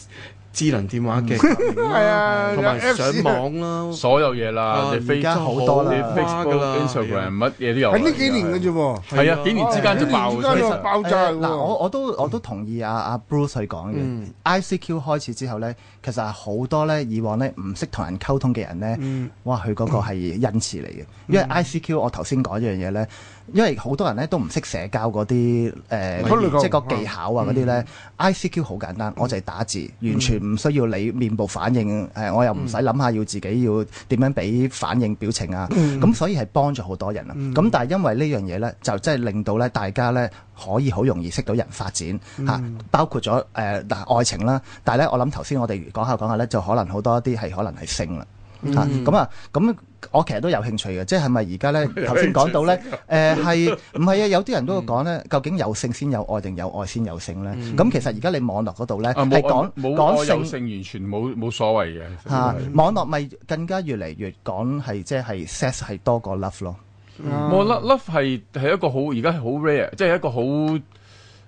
F: 智能電話嘅
D: 嗯
F: 革命
C: 係啊
F: 啦，同埋
C: 有 Apps
F: 上網啦，
E: 所有嘢啦
F: 啊，
E: 你 Facebook
D: 而家好多啦
E: 你
F: 花㗎
E: Facebook、
F: 啦
E: Instagram 乜嘢都有啦。
C: 喺呢幾年嘅啫喎，
E: 係啊，幾年之間就爆
C: 幾
E: 咗
C: 年之間
E: 出
C: 就
E: 嚟。
C: 爆炸
D: 誒
C: 喎
D: 嗱，我我都我都同意阿阿 Bruce 佢講嘅
F: 嗯。
D: ICQ 開始之後咧，其實係好多咧以往咧唔識同人溝通嘅人
C: 嗯
D: 咧，哇！佢嗰個 係恩賜嚟嘅，因為 ICQ 我頭先講一樣嘢咧，因為好多人咧都唔識社交嗰啲誒，
C: 溝女
D: 即係個技巧啊嗰啲咧。ICQ 好簡單，我就係打字，完全唔需要你面部反應，誒我又唔使諗下要自己要點樣俾反應表情啊。咁所以係幫咗好多人啊。咁但係因為呢樣嘢咧，就真係令到咧大家咧。可以好容易識到人發展嚇、包括咗誒嗱愛情啦，但係咧我諗頭先我哋講下講下咧，就可能好多一啲係可能係性啦嚇，咁啊咁。我其實都有興趣嘅，即係咪而 家咧頭先講到咧，誒係唔係啊？有啲人都會講咧，究竟有性先有愛定有愛先有性咧？咁、其實而家你網絡嗰度咧
E: 嗯啊
D: 係
E: 冇
D: 講
E: 冇
D: 講
E: 愛有
D: 性
E: 性，完全冇冇所謂嘅。
D: 嚇、網絡咪更加越嚟越講係即係 sex 係多過 love 咯。
E: 我 love love 係係一個好而家係好 rare，即係一個好，
F: 好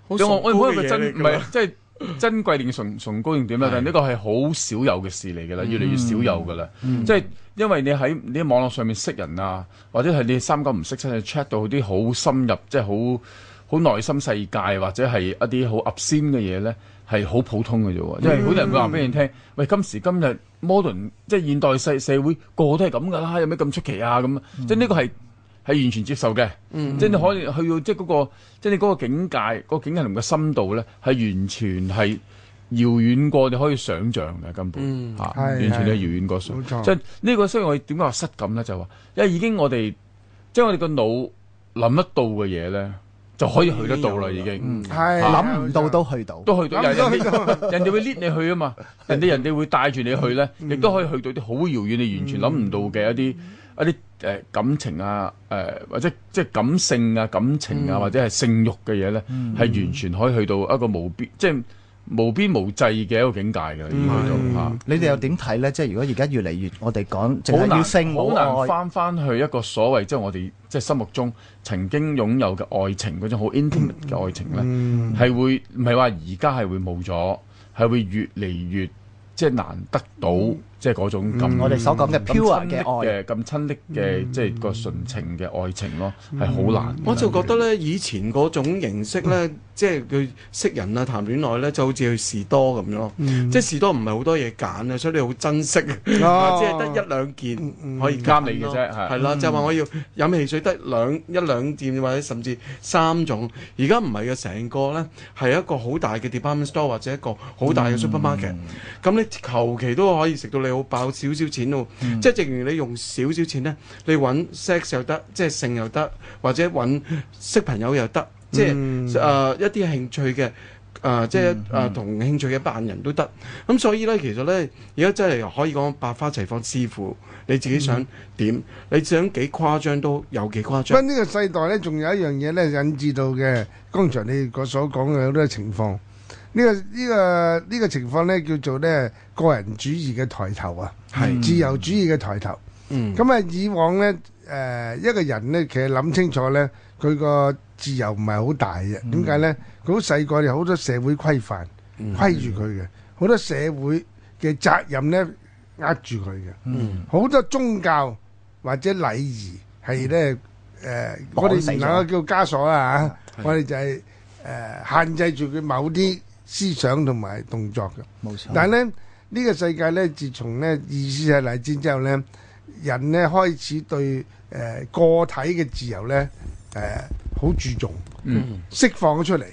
E: 我
F: 崇
E: 我
F: 高
E: 唔
F: 嘅嘢
E: 係
F: 啊
E: 真
F: 嚟
E: 唔
F: 㗎
E: 係即係。珍貴定崇崇高定點啦，啊但係呢個係好少有嘅事嚟㗎
F: 嗯
E: 啦，越嚟越少有㗎啦。即係因為你喺你喺網絡上面識人啊，或者係你三九唔識七你 check 到啲好深入，即係好好內心世界或者係一啲好 upstream 嘅嘢咧，係好普通嘅
F: 嗯
E: 啫喎。因為好多人會話俾你聽，喂，今時今日 modern 即係現代世社會個個都係咁㗎啦，有咩咁出奇啊咁？
F: 嗯
E: 即係呢個係。係完全接受嘅，
C: 嗯
E: 即係你可以去到即係嗰個，即係你嗰個境界、嗰個境界同個深度咧，係完全係遙遠過你可以想像嘅根本嚇，
C: 嗯係
E: 完全係遙遠過想
C: 冇錯。
E: 即係呢個雖然我點解話失感咧，就係話因為已經我哋即係我哋個腦諗得到嘅嘢咧，就可以去得到啦，
F: 啊
C: 嗯
E: 已經
F: 嗯
C: 係
D: 諗唔到都去到。
E: 啊都去到。
C: 諗
E: 人
C: 唔到啊去
E: 哋 人哋會 lead 你去啊嘛，人哋人哋會帶住你去咧，
C: 嗯
E: 亦都可以去到啲好遙遠你完全諗唔到嘅一啲一啲誒感情啊，誒或者即係感性啊、感情
C: 嗯
E: 啊，或者係性欲嘅嘢咧，係完全可以去到一個無邊即係無邊無際嘅一個境界嘅，已經
C: 嗯
E: 去到嚇。
D: 你哋又點睇咧？即係如果而家越嚟越，我哋講淨係
E: 好難
D: 要性
E: 好
D: 冇
E: 難
D: 愛，
E: 翻翻去一個所謂即係我哋即係心目中曾經擁有嘅愛情嗰種好 intimate 嘅愛情咧，
D: 嗯
E: 係、會唔係話而家係會冇咗，係會越嚟越即係難得到、即係嗰種咁。
D: 嗯我哋所講嘅
E: 咁
D: pure
E: 親
D: 嘅
E: 昵
D: 愛。嗯
E: 嘅咁親昵嘅，即係個純情嘅愛情咯，係好難。
F: 我就覺得咧，以前嗰種形式咧，即係佢識人啊、談戀愛咧，就好似去士多咁樣咯。即係士多唔係好多嘢揀啊，所以你好珍惜，
C: 哦
F: 啊即係得一兩件可以
E: 啱你嘅啫係
F: 係嗯啦，就話我要飲汽水得兩一兩件或者甚至三種。而家唔係嘅，成個咧係一個好大嘅 department store 或者一個好大嘅 supermarket。咁你求其都可以食到你好飽少少錢喎，即係正如你用少少錢咧，你揾 sex 又得，即係性又得，或者揾識朋友又得，即係誒、呃一啲興趣嘅。誒、即係誒同興趣嘅班人都得，咁所以咧，其實咧，而家真係可以講百花齊放，視乎你自己想點，你想幾誇張都有幾誇
C: 不過
F: 張。
C: 呢個世代咧，仲有一樣嘢咧引致到嘅，剛才你個所講嘅好多情況，呢、個呢、個呢、個情況咧叫做咧個人主義嘅抬頭啊，係自由主義嘅抬頭。
F: 嗯，
C: 咁啊，以往咧誒、一個人咧，其實諗清楚咧，佢個自由唔係好大嘅，
D: 嗯
C: 點解呢？佢好細個有好多社會規範
D: 嗯
C: 規住佢嘅，好多社會嘅責任呢呃住佢嘅，
D: 嗯
C: 好多宗教或者禮儀係呢，誒，我
D: 嗯綁死
C: 哋
D: 咗嗯
C: 唔能夠叫枷鎖啦嚇，我哋就係誒限制住佢某啲思想同埋動作嘅。
D: 冇錯。
C: 但係咧，呢、個世界咧，自從咧二次世界大戰之後咧，人咧開始對誒、呃、個體嘅自由咧誒好注重，
E: 嗯
C: 釋放咗出嚟。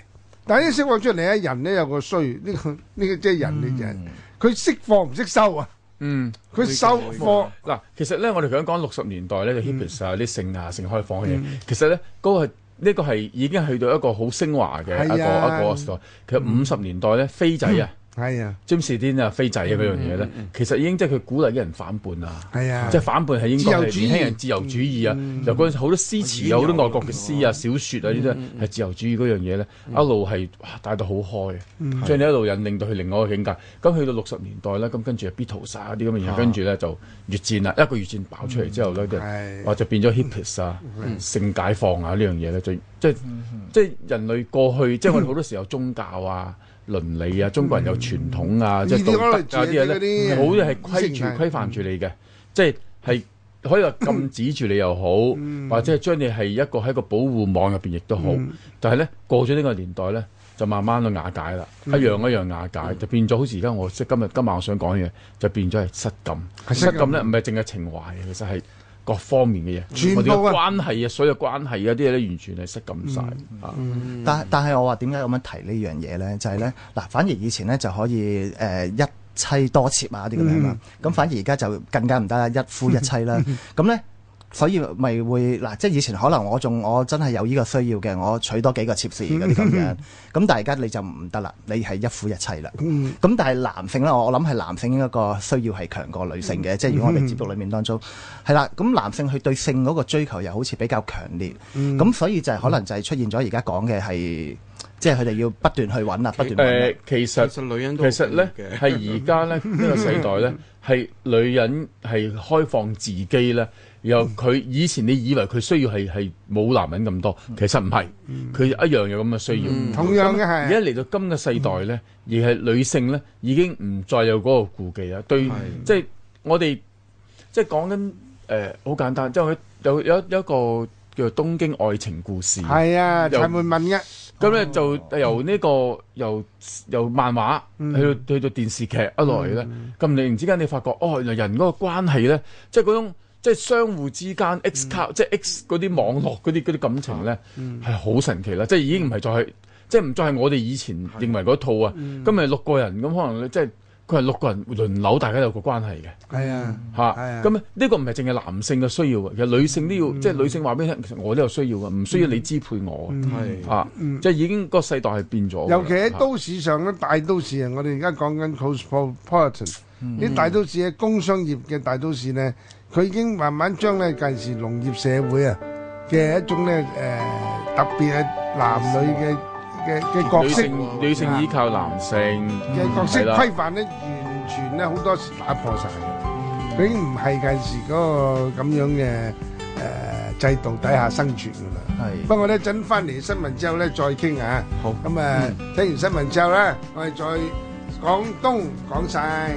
C: 但係呢釋放出嚟咧，人咧有個衰，呢、個呢、個即係人嘅人，佢釋放唔識收啊，
E: 嗯。
C: 佢收貨
E: 嗱，其實咧，我哋想講六十年代
C: 嗯
E: 咧，就 hippies 啊，啲性啊，性開放嘅嘢，其實咧，嗰個係呢個係已經去到一個好升華嘅一個
C: 係啊嗯
E: 一個時代。其實五十年代咧，飛仔啊
C: 係啊
E: ，James Dean 啊，飛仔啊嗰樣嘢
C: 嗯
E: 咧，其實已經即係佢鼓勵啲人反叛啊。
C: 係啊，
E: 即係反叛係應該係
C: 自由主義嗯
E: 年輕人自由主義啊！由嗰陣好多詩詞啊，好多外國嘅詩啊、小説啊呢啲係自由主義嗰樣嘢咧，
C: 嗯
E: 一路係哇帶到好開嘅，將你一路引領到去另外一個境界。咁去到六十年代咧，咁跟住係 Beatles 啊啲咁嘅嘢，跟住咧就越戰啦，一個越戰爆出嚟之後咧，啲人
C: 係
E: 哇就變咗 hippies 啊、
C: 嗯
E: 性解放啊呢樣嘢咧，就即係即係人類過去，即係我哋好多時候宗教啊。
C: 嗯
E: 倫理啊，中國人有傳統啊，即係道德啊啲
C: Ideology 啊
E: 嘢
C: 嗰啲
E: 咧，好嘢係規
C: 意
E: 住
C: 識係
E: 規範住你嘅，即係係可以話禁止住你又好，
C: 嗯
E: 或者係將你係一個喺個保護網入邊亦都好。但係咧過咗呢個年代咧，就慢慢都瓦解啦，一
C: 嗯
E: 樣一樣瓦解，就變咗好似而家我即係今日今晚我想講嘅嘢，就變咗係失禁。
C: 失禁
E: 失禁咧唔係淨係情懷嘅，其實係各方面嘅嘢，
C: 全部
E: 我
C: 啊
E: 哋嘅關係啊，所有關係啊啲嘢咧，完全係失禁晒。
C: 嗯
E: 啊
D: 但但係我話點解咁樣提呢樣嘢咧？就係咧嗱，反而以前咧就可以誒、呃一妻多妾啊啲咁樣啦，咁、反而而家就更加唔得啦，一夫一妻啦，咁咧。所以咪會嗱，即係以前可能我仲我真係有呢個需要嘅，我娶多幾個妾侍嗰啲咁樣，咁但係而家你就唔得啦，你係一夫一妻啦。
C: 嗯
D: 咁但係男性咧，我我諗係男性應該個需要係強過女
C: 嗯
D: 性嘅，即係如果我哋節目裡面當中係啦，咁男性佢對性嗰個追求又好似比較強烈，咁、
C: 嗯
D: 所以就係可能就係出現咗而家講嘅係，即係佢哋要不斷去揾啊啦，不斷揾
E: 誒、
D: 啦，
E: 呃
F: 其
E: 其實
F: 實女人
E: 其
F: 都好
E: 實咧
F: 緊要嘅
E: 係而 家咧呢個世代咧係女人係開放自己咧，然
C: 嗯
E: 後佢以前你以為佢需要係係冇男人咁多，
C: 嗯
E: 其實唔係，佢一樣有咁嘅需要。
C: 同樣嘅
E: 而
C: 係
E: 家
C: 啊
E: 嚟到今嘅世代咧，而係女性咧已經唔再有嗰個顧忌啦。對
F: 係，
E: 即係我哋即係講緊誒好簡單，即係佢有有有一個叫做東京愛情故事。
C: 係啊，
E: 又
C: 陳會問嘅，
E: 咁
C: 哦
E: 咧就由呢、個由由漫畫
C: 嗯
E: 去到去到電視劇一來咧，咁突然之間你發覺哦，原來人嗰個關係咧，即係嗰種即係相互之間
C: 嗯
E: X 卡、即係 X 嗰啲網絡嗰啲嗰啲感情咧，係好、神奇啦！即係已經唔係再係即係唔再係我哋以前認為嗰套啊，
C: 嗯
E: 咁咪、六個人咁可能呢即係佢係六個人輪流，大家有個關係嘅。
C: 係啊，
E: 嚇
C: 係啊，嗯
E: 咁呢個唔係淨係男性嘅需要嘅，其實女性都要，即係女性話俾你聽，其實我都有需要嘅，唔需要你支配我
C: 嗯
E: 嘅。
F: 係
E: 啊，即係已經個世代係變咗㗎啦。
C: 尤其喺
E: 啊
C: 都市上咧，大都市啊，我哋而家講緊 cosmopolitan，啲大都市嘅工商業嘅大都市咧，佢已經慢慢將咧近時農業社會啊嘅一種咧誒特別嘅男女嘅嘅嘅角
E: 女
C: 色啊嗯
E: 性女性依靠男性
C: 嘅角色
E: 係啦
C: 規範咧，完全咧好多時打破晒嘅，佢已經唔係近時嗰個咁樣嘅誒制度底下生存㗎啦。
D: 係
C: 不過呢一陣翻嚟新聞之後咧，再傾啊。
F: 好
C: 咁啊，聽完新聞之後咧，我哋再講東講晒。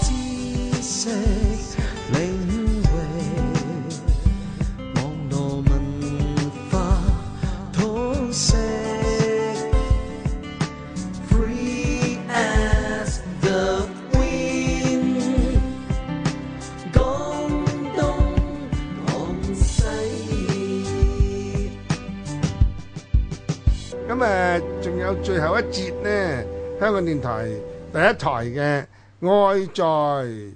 B: 知識領域，網絡文化通識，free as the wind。講東講西。
C: 咁啊，仲有最後一節呢，香港電台第一台嘅《愛在誒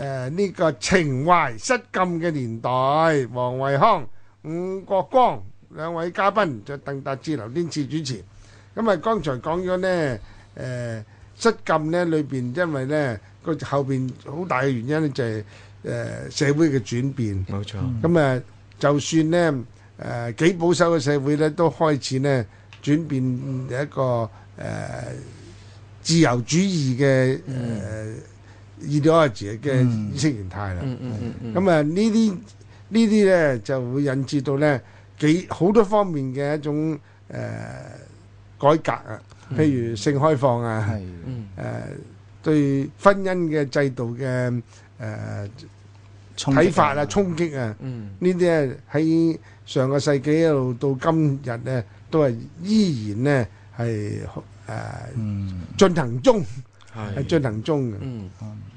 C: 呃呢、個情懷失禁嘅年代》，黃惠康、伍國光兩位嘉賓，就鄧達志、劉天賜主持。咁啊，剛才講咗呢，誒、呃失禁呢裏邊，因為呢個後邊好大嘅原因呢，就係、誒、社會嘅轉變。
F: 冇錯，
C: 呃咁誒，就算咧誒、幾保守嘅社會咧，都開始咧轉變一個誒、呃自由主義嘅誒、ideology 嘅意識形態啦。
F: 嗯嗯嗯嗯，
C: 咁啊，呢啲呢啲咧就會引致到咧幾好多方面嘅一種誒、呃改革啊，譬如性開放啊。
D: 係
F: 嗯
C: 誒、對婚姻嘅制度嘅誒
D: 衝擊
C: 睇法啊、衝擊啊，
F: 嗯
C: 呢啲咧喺上個世紀一路到今日咧，都係依然咧係誒
D: 嗯
C: 進行中，係
F: 係，
C: 進行中嘅。
F: 嗯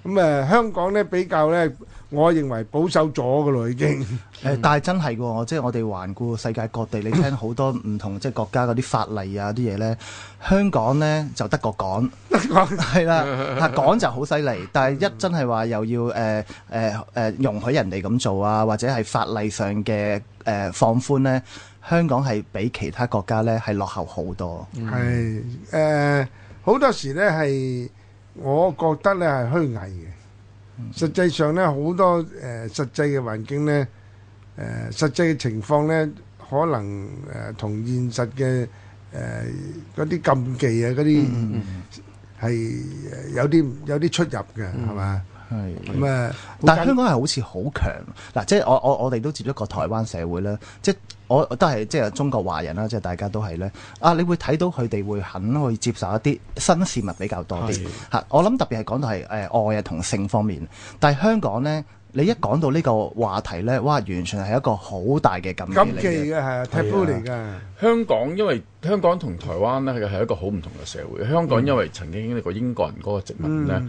C: 咁誒、香港咧比較咧，我認為保守咗噶啦，已經。
D: 誒、但係真係喎，即係我哋環顧世界各地，你聽好多唔同即係國家嗰啲法例啊啲嘢咧，香港咧就得個嗯講， 得講係啦，嚇講就好犀利，但係一真係話又要誒誒誒容許人哋咁做啊，或者係法例上嘅誒、呃放寬咧，香港係比其他國家咧係落後好多。
C: 係誒好多時咧係，我覺得咧係虛偽嘅。實際上咧好多誒、呃、實際嘅環境咧，誒、呃、實際嘅情況咧，可能誒、呃同現實嘅誒嗰啲禁忌啊嗰啲係呃有啲有啲出入嘅，係嘛、
D: 係。
C: 咁啊，好
D: 但
C: 緊
D: 係香港係好似好強嗱，即係我我我哋都接觸過台灣社會啦，即係我都係即係中國華人啦，即係大家都係咧啊！你會睇到佢哋會肯去接受一啲新事物比較多啲
F: 係
D: 嚇。我諗特別係講到係誒愛啊同性方面，但係香港呢，你一講到呢個話題呢，哇！完全係一個好大嘅禁忌
C: 禁
D: 嚟
C: 忌
D: 嘅，
C: 嘅係 taboo 嚟㗎，
E: 香港因為香港同台灣咧係一個好唔同嘅社會。香
C: 嗯
E: 港因為曾經經歷過英國人嗰個殖民咧，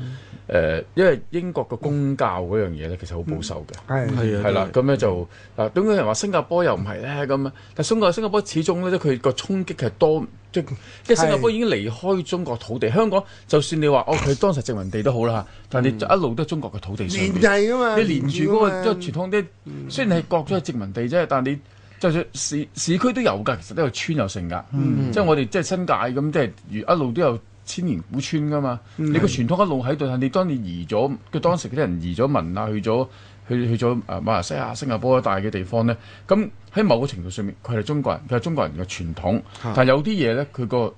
E: 誒、因為英國嘅公教嗰樣嘢咧其實好保守
C: 嗯
E: 嘅。
C: 係
F: 係啊，
E: 係啦，咁咧就嗱，咁有人話新加坡又唔係咧咁啊，但新加新加坡始終咧，即係佢個衝擊係多，即係即係新加坡已經離開中國土地，香港就算你話哦，佢當時殖民地都好啦，但
C: 嗯
E: 係你就一路都係中國嘅土地上
C: 連
E: 面
C: 制㗎嘛，
E: 你連住嗰個
C: 㗎嘛
E: 即係傳統啲，雖然係割咗係殖民地啫，但係你就算市市區都有㗎，其實都有村有城㗎，即係我哋即係新界咁，即係一路都有千年古村㗎嘛。你個傳統一路喺度，但係你當你移咗，佢當時嗰啲人移咗民啊，去咗去去咗啊誒馬來西亞、新加坡一帶嘅地方咧，咁喺某個程度上面，佢係中國人，佢係中國人嘅傳統，但係有啲嘢咧，佢個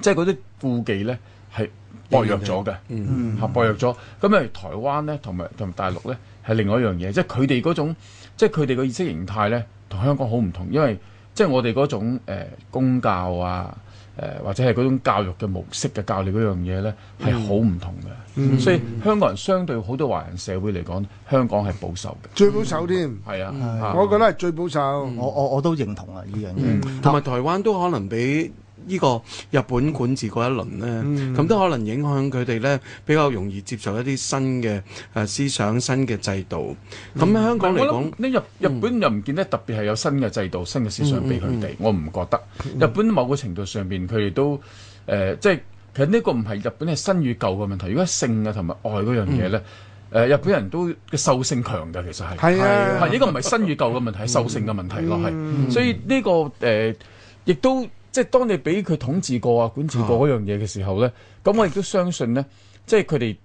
E: 即係嗰啲顧忌咧係薄弱咗嘅。
F: 嗯
E: 嚇薄弱咗。咁誒台灣咧，同埋同埋大陸咧係另外一樣嘢，即係佢哋嗰種，即係佢哋嘅意識形態咧，同香港好唔同，因為即係我哋嗰種、呃、公教啊。誒、或者係嗰種教育嘅模式嘅教你嗰樣嘢咧，係好唔同嘅，所以香港人相對好多華人社會嚟講，香港係保守
C: 最保守添，
E: 嘅，係啊，嚇
C: 我覺得係最保守。
D: 我我我都認同啊呢樣
C: 嗯
D: 嘢。
F: 同埋台灣都可能俾呢個日本管治嗰一輪咧，
C: 嗯
F: 咁、都可能影響佢哋咧比較容易接受一啲新嘅誒、呃思想、新嘅制度。咁、香港嚟
E: 我
F: 講嗯
E: 諗，你日日本又唔見得特別係有新嘅制度、新嘅思想俾
F: 嗯
E: 佢哋，我唔覺得。日本某個程度上邊，佢哋都誒、呃即係其實呢個唔係日本係新與舊嘅問題。如果係性啊同埋愛嗰樣
F: 嗯
E: 嘢咧，誒、呃日本人都嘅獸性強嘅，其實係
C: 係啊
E: 係呢個唔係新與舊嘅問題，係獸性嘅問題咯，
F: 嗯
E: 係。所以呢、個誒、呃亦都即係當你俾佢統治過啊、管治過嗰樣嘢嘅時候咧，咁我亦都相信咧，即係佢哋。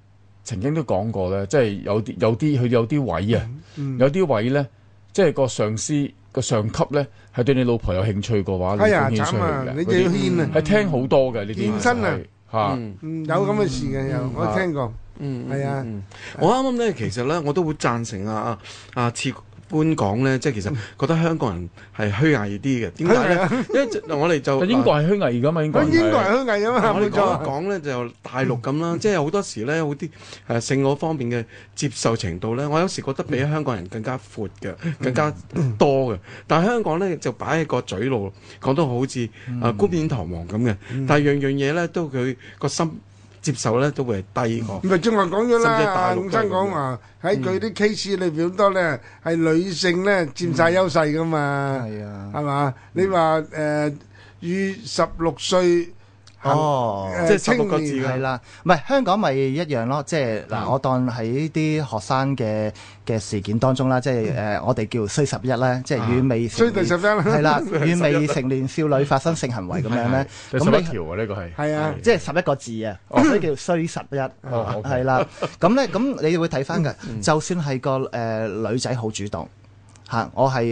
E: 曾經都講過咧，即係有啲有啲佢有啲位啊，
C: 嗯
E: 有啲位咧，即係個上司個上級咧，係對你老婆有興趣嘅話，你
C: 哎呀，
E: 都牽出
C: 慘啊！
E: 去
C: 你
E: 嘅
C: 就要
E: 嗰啲，
C: 牽
D: 嗯
C: 啊！
E: 係聽好多嘅呢啲
C: 健身啊
E: 啊
F: 嗯
C: 嗯，有咁嘅事嘅，有我聽過，
F: 嗯，
C: 係啊
F: 嗯，嗯我啱啱咧，其實咧，我都好贊成啊啊啊次官講咧，即係其實覺得香港人係虛偽啲
D: 嗯
F: 嘅，點解
C: 啊
F: 咧？因為我哋就啊
E: 但英國係虛偽㗎嘛，英國
C: 咁
E: 人係
C: 英國人虛偽啊嘛，
F: 我哋
C: 冇
F: 講一
C: 錯，
F: 講咧就大陸咁啦，即係好多時咧好啲誒性嗰方面嘅接受程度咧，我有時覺得比香港人更加闊嘅，更加多嘅。但係香港咧就擺喺個嘴路，講到好似誒冠冕堂皇咁嘅，但係樣樣嘢咧都佢個心接受咧都會係低過。
C: 唔係中國啊講咗啦，
F: 甚至大
C: 阿
F: 陸都係
C: 伍生講話喺佢啲 case 裏邊好多咧係女性咧佔晒優勢噶嘛，
D: 係啊，
C: 係嘛？你話誒與十六歲
D: 哦。
C: 誒
F: 即係16個字啊
C: 青年
F: 㗎
D: 係啦，唔係香港咪一樣咯，即係嗱，我當喺啲學生嘅嘅事件當中啦，即係誒、呃我哋叫衰十一咧，即係與未成
C: 衰
D: 年
C: 第十一啦
D: 係啦，與未成年少女發生性行為咁樣咧，
E: 第十
D: 咁
E: 一
D: 你
E: 條啊，呢個係
C: 係啊，
D: 即係十一個字啊，所以叫衰十一，
E: 哦，OK
D: 呃係啦，咁咧咁你會睇翻嘅，就算係個誒女仔好主動。嚇，我係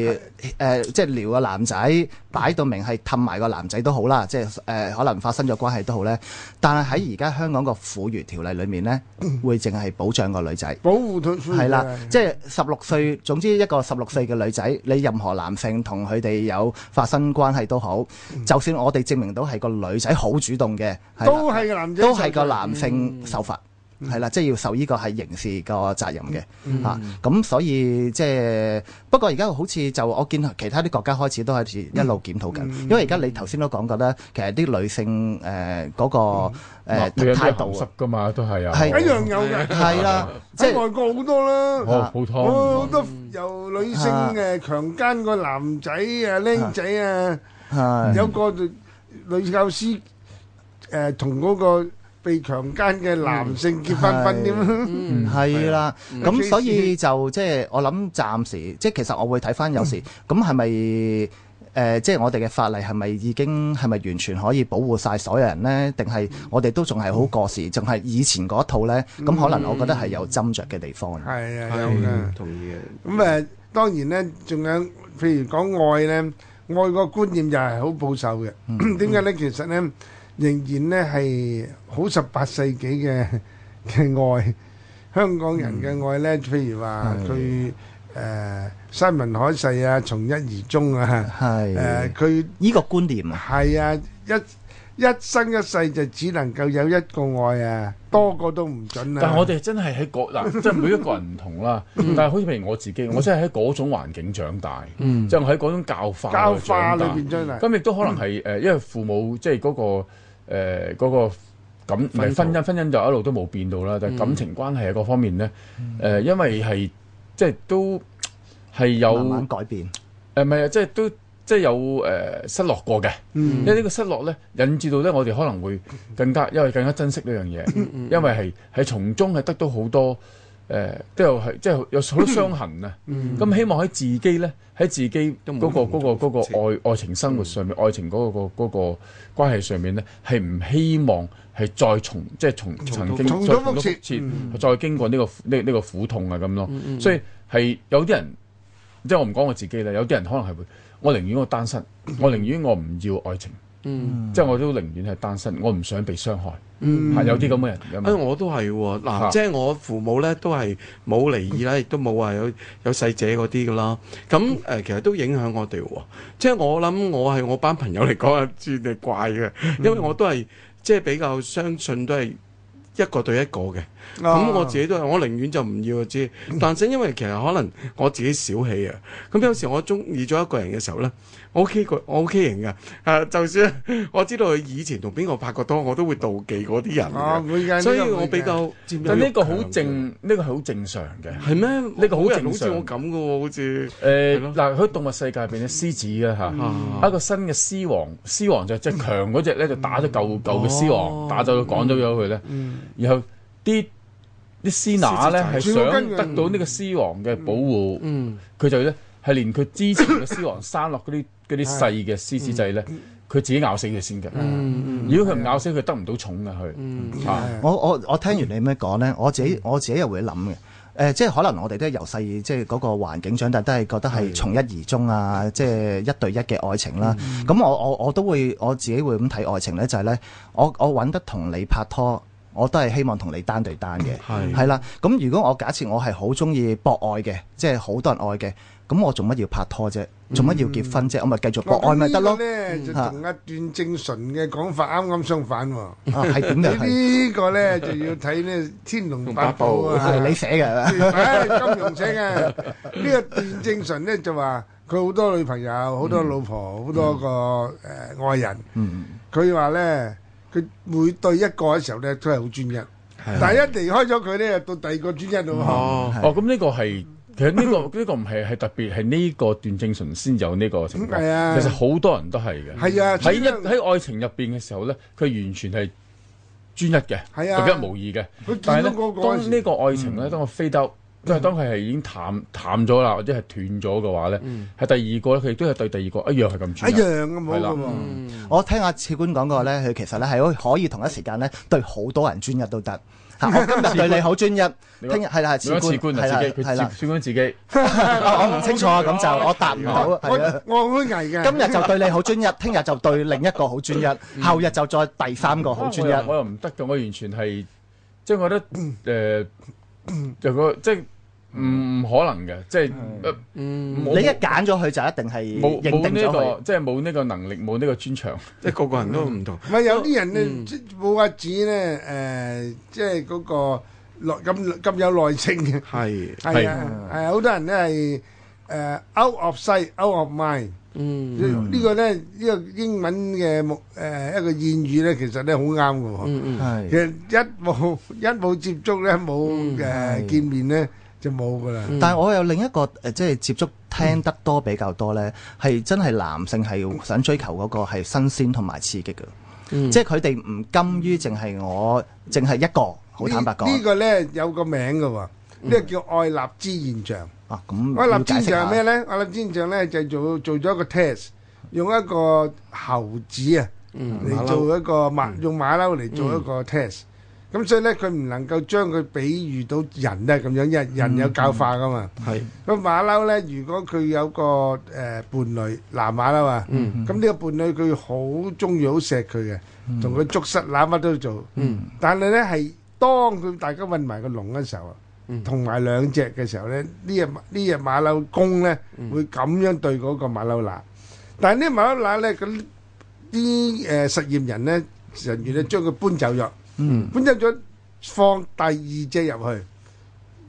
D: 誒即係撩個男仔，擺到明係氹埋個男仔都好啦，即係誒、呃可能發生咗關係都好咧。但係喺而家香港個婦孺條例裏面咧，會淨係保障個女仔。
C: 保護啊佢
D: 係啦，即係十六歲，總之一個十六歲嘅女仔，你任何男性同佢哋有發生關係都好，就算我哋證明到係個女仔好主動嘅，係啦
C: 都係個男仔
D: 都係個男性受罰。係啦，即係要受呢個係刑事個責任嘅嚇，啊咁、所以即係不過而家好似就我見其他啲國家開始都開始一路檢討緊，因為而家你頭先都講過啦，其實啲女性誒嗰、個誒、
E: 嗱女人都
D: 態
E: 鹹
D: 度啊
E: 濕噶嘛，都係有。啊
D: 係
C: 一樣有嘅。
D: 係啦，即
C: 喺
D: 係
C: 外國好多啦，
E: 哦，煲
C: 我好
E: 湯。
C: 多由女性
D: 啊
C: 誒強姦個男仔啊、僆仔啊。
D: 係
C: 有個女教師誒同嗰個被強姦嘅男性結翻婚添啦，
D: 嗯係啦，
C: 嗯
D: 咁所以就即係我諗暫時，即係其實我會睇翻有時，咁係咪誒即係我哋嘅法例係咪已經係咪完全可以保護晒所有人呢？定係我哋都仲係好過時，仲係以前嗰一套呢？咁可能我覺得係有斟酌嘅地方。
C: 係啊有
F: 係
C: 㗎。
F: 嗯同意嘅。
C: 咁誒當然咧，仲有譬如講愛咧，愛個觀念又係好保守嘅。 點解咧？其實咧，仍然咧係好十八世紀嘅 嘅愛，香港人嘅愛咧，譬如話佢誒山盟海誓啊，從一而終啊，
D: 係
C: 誒佢。
D: 呢個觀念啊，
C: 係啊，一一生一世就只能夠有一個愛啊，多個都唔準啊。
E: 但係我哋真係喺嗰 嗱，即係每一個人唔同啦。
C: 嗯
E: 但係好似譬如我自己，我真係喺嗰種環境長大，
C: 嗯
E: 即係我喺嗰種教化
C: 教
E: 嗰度
C: 化
E: 長
C: 裏
E: 大
C: 邊真係
E: 咁亦都可能係誒、呃因為父母即係嗰、個誒嗰、個感唔係婚姻，婚姻就一路都冇變到啦。但係感情關係啊各方面咧，誒、因為係即係都係有
D: 慢慢改變。
E: 誒唔係啊，即係都即係有誒、呃失落過嘅。
F: 嗯
E: 因為呢個失落咧，引致到咧我哋可能會更加因為更加珍惜呢樣
F: 嗯
E: 嘢，因為係係從中係得到好多誒、呃都有係即係有好多傷痕啊。咁希望喺自己咧，喺自己嗰、
F: 嗯都冇
E: 個
F: 咁嗯
E: 嗰、個嗰、個愛愛情生活上面，愛情嗰、個嗰、個關係上面咧，係唔希望係再重即係從曾經
C: 重蹈
E: 再
C: 覆轍嗯
E: 轍再經過呢、個呢呢、個苦痛啊咁咯。所以係有啲人即係我唔講我自己啦，有啲人可能係會，我寧願我單身，
C: 嗯
E: 我寧願我唔要愛情，即係我都寧願係單身，我唔想被傷害。
C: 嗯
E: 係有啲咁嘅人咁
F: 哎，
E: 樣。
F: 我都係喎，
E: 嚇
F: 嗱，即係我父母咧都係冇離異 啦，亦都冇話有有細姐嗰啲噶啦。咁
C: 嗯
F: 誒、呃其實都影響我哋喎。即係我諗，我係我班朋友嚟講係算係怪嘅，
C: 嗯
F: 因為我都係即係比較相信都係一個對一個嘅。咁、
C: 啊嗯
F: 我自己都係，我寧願就唔要知。但係因為其實可能我自己小氣啊，咁有時我中意咗一個人嘅時候咧，我 OK 個我 OK 型嘅，誒、啊就算 我知道佢以前同邊個拍過拖，我都會妒忌嗰啲人嘅
C: 啊會㗎
F: 所以
C: 呢個會
F: 我比
C: 㗎
F: 較佔有
E: 但
F: 欲
E: 呢個好
F: 強嘅
E: 正，呢個係好正常嘅。
F: 係咩？呢
E: 個好
F: 人
E: 正
F: 好似
E: 常
F: 我咁嘅喎，好似係咯
E: 誒呃
F: 嗯
E: 嗱，喺動物世界入邊咧，獅子嘅嚇，一個新嘅獅王，獅王就即係強嗰只咧，就打咗
F: 哦
E: 舊舊嘅獅王，打走咗趕走咗佢咧，
F: 嗯
E: 然後啲啲獅乸咧係
C: 獅子仔
E: 想得到呢個獅王嘅保護，
F: 嗯
E: 佢就咧係連佢之前嘅獅王生落嗰啲嗰啲細嘅獅子仔咧，
F: 嗯
E: 佢自己咬死佢先嘅，如果佢唔咬死佢，得唔到重嘅
F: 嗯
E: 佢啊嚇。
D: 我我我聽完你咁樣講咧，我自己我自己又會諗嘅。誒、即係可能我哋都係由細即係嗰個環境長大，都係覺得係從一而終啊，即係一對一嘅愛情啦。咁、我我我都會我自己會咁睇愛情咧，就係、呢：咧，我我揾得同你拍拖。我都係希望同你單對單嘅，
F: 係
D: 係啦。咁如果我假設我係好中意博愛嘅，即係好多人愛嘅，咁我做乜要拍拖啫？做乜要結婚啫？我咪繼續博
C: 嗯
D: 愛咪得咯嗯
C: 我覺？哦得呢個咧就同阿段正純嘅講法啱啱相反喎。
D: 啊，係點樣？係
C: 呢個咧就要睇呢《天龍八部》啊，
D: 係你寫嘅係咪？
C: 唉金融寫嘅呢個段正純咧就話佢好多女朋友、好多老
D: 嗯
C: 婆、好多個誒愛人。佢話咧，佢每對一個嘅時候咧，都係好專一。但係一離開咗佢咧，到第二個專一咯。
F: 哦，
E: 哦，咁呢個係其實呢、 個呢個唔係係特別係呢個段正淳先有呢個情況，
C: 係啊
E: 其實好多人都係嘅。
C: 係啊，
E: 喺一
C: 專一
E: 喺愛情入邊嘅時候咧，佢完全係專一嘅，
C: 係啊
E: 獨一無二嘅。
C: 佢見
E: 但係
C: 到
E: 咧，
C: 嗰個嗰陣
E: 當
C: 時嗯
E: 呢個愛情咧，當我飛兜，即係當佢係已經淡淡咗啦，或者係斷咗嘅話咧，係、第二個咧，佢亦都係對第二個一樣係咁
C: 嗯
E: 專
C: 一
E: 一。
C: 樣嘅冇
E: 係啦
C: 嘅喎。
D: 我聽阿次官講過咧，佢其實咧係可以同一時間咧對好多人專一都得。嚇我今 日對你好專一，聽日係啦係
E: 你
D: 辭
E: 講辭
D: 官
E: 官
D: 係
E: 啊
D: 啦
E: 自
D: 係
E: 己，佢
D: 啦
E: 辭，辭官自己。
D: 我我唔清楚 啊，咁就我答唔到係啊。
C: 我我好危嘅。
D: 今日就對你好專一，聽日就對另一個好專
E: 嗯
D: 一，後日就再第三個好專
E: 啊
D: 一。
E: 我又我又唔得嘅，我完全係即係我覺得誒，就個即係唔唔可能嘅，嗯即係呃
F: 嗯，
E: 冇
D: 你一揀咗佢就一定係認
E: 冇冇
D: 定咗
E: 呢
D: 佢
E: 個，。即係冇呢個能力，冇呢個專長。
F: 即係個個人都唔同。
C: 咪有啲人咧
F: 嗯
C: 即冇法子咧誒，即係嗰個內咁咁有耐性嘅。
F: 係，
C: 係啊，係啊好多人咧係誒 out of sight out of mind。
F: 嗯
C: 呢個咧呢個英文嘅木誒一個諺語咧，其實咧好啱嘅喎。
F: 嗯嗯，
C: 其
D: 係，
C: 實一冇 一冇接觸咧，冇誒見面咧就冇噶啦。
D: 但係我有另一個誒，呃即係接觸聽得多比較多
C: 嗯
D: 呢，係真係男性係想追求嗰個係新鮮同埋刺激嘅，
C: 嗯
D: 即係佢哋唔甘於淨係我，淨係一個。好坦白
C: 呢呢
D: 講，
C: 個咧有個名嘅喎，呢個叫愛立之現象。
D: 啊咁
C: 愛
D: 要
C: 立
D: 解
C: 之現
D: 釋下
C: 象咩咧？愛立之現象咧就做做咗一個 test，用一個猴子啊
F: 嗯
D: 嗯
C: 嚟做一個馬，用馬騮嚟做一個 test。咁所以咧，佢唔能夠將佢比喻到人咧咁樣，因
D: 嗯
C: 為人有教化噶嘛。
F: 係，
C: 個馬騮咧，如果佢有個誒、呃伴侶男馬騮啊，咁呢、
D: 嗯
C: 個伴侶佢好中意好錫佢嘅，同佢捉實攬乜都做。
F: 嗯
C: 但係咧係當佢大家混埋個籠嘅時候啊，同埋兩隻嘅時候咧，呢只呢只馬騮公咧會咁樣對嗰個馬騮乸。但係呢馬騮乸咧，咁啲誒實驗人咧人員咧將佢搬走咗，搬走咗放第二隻入去。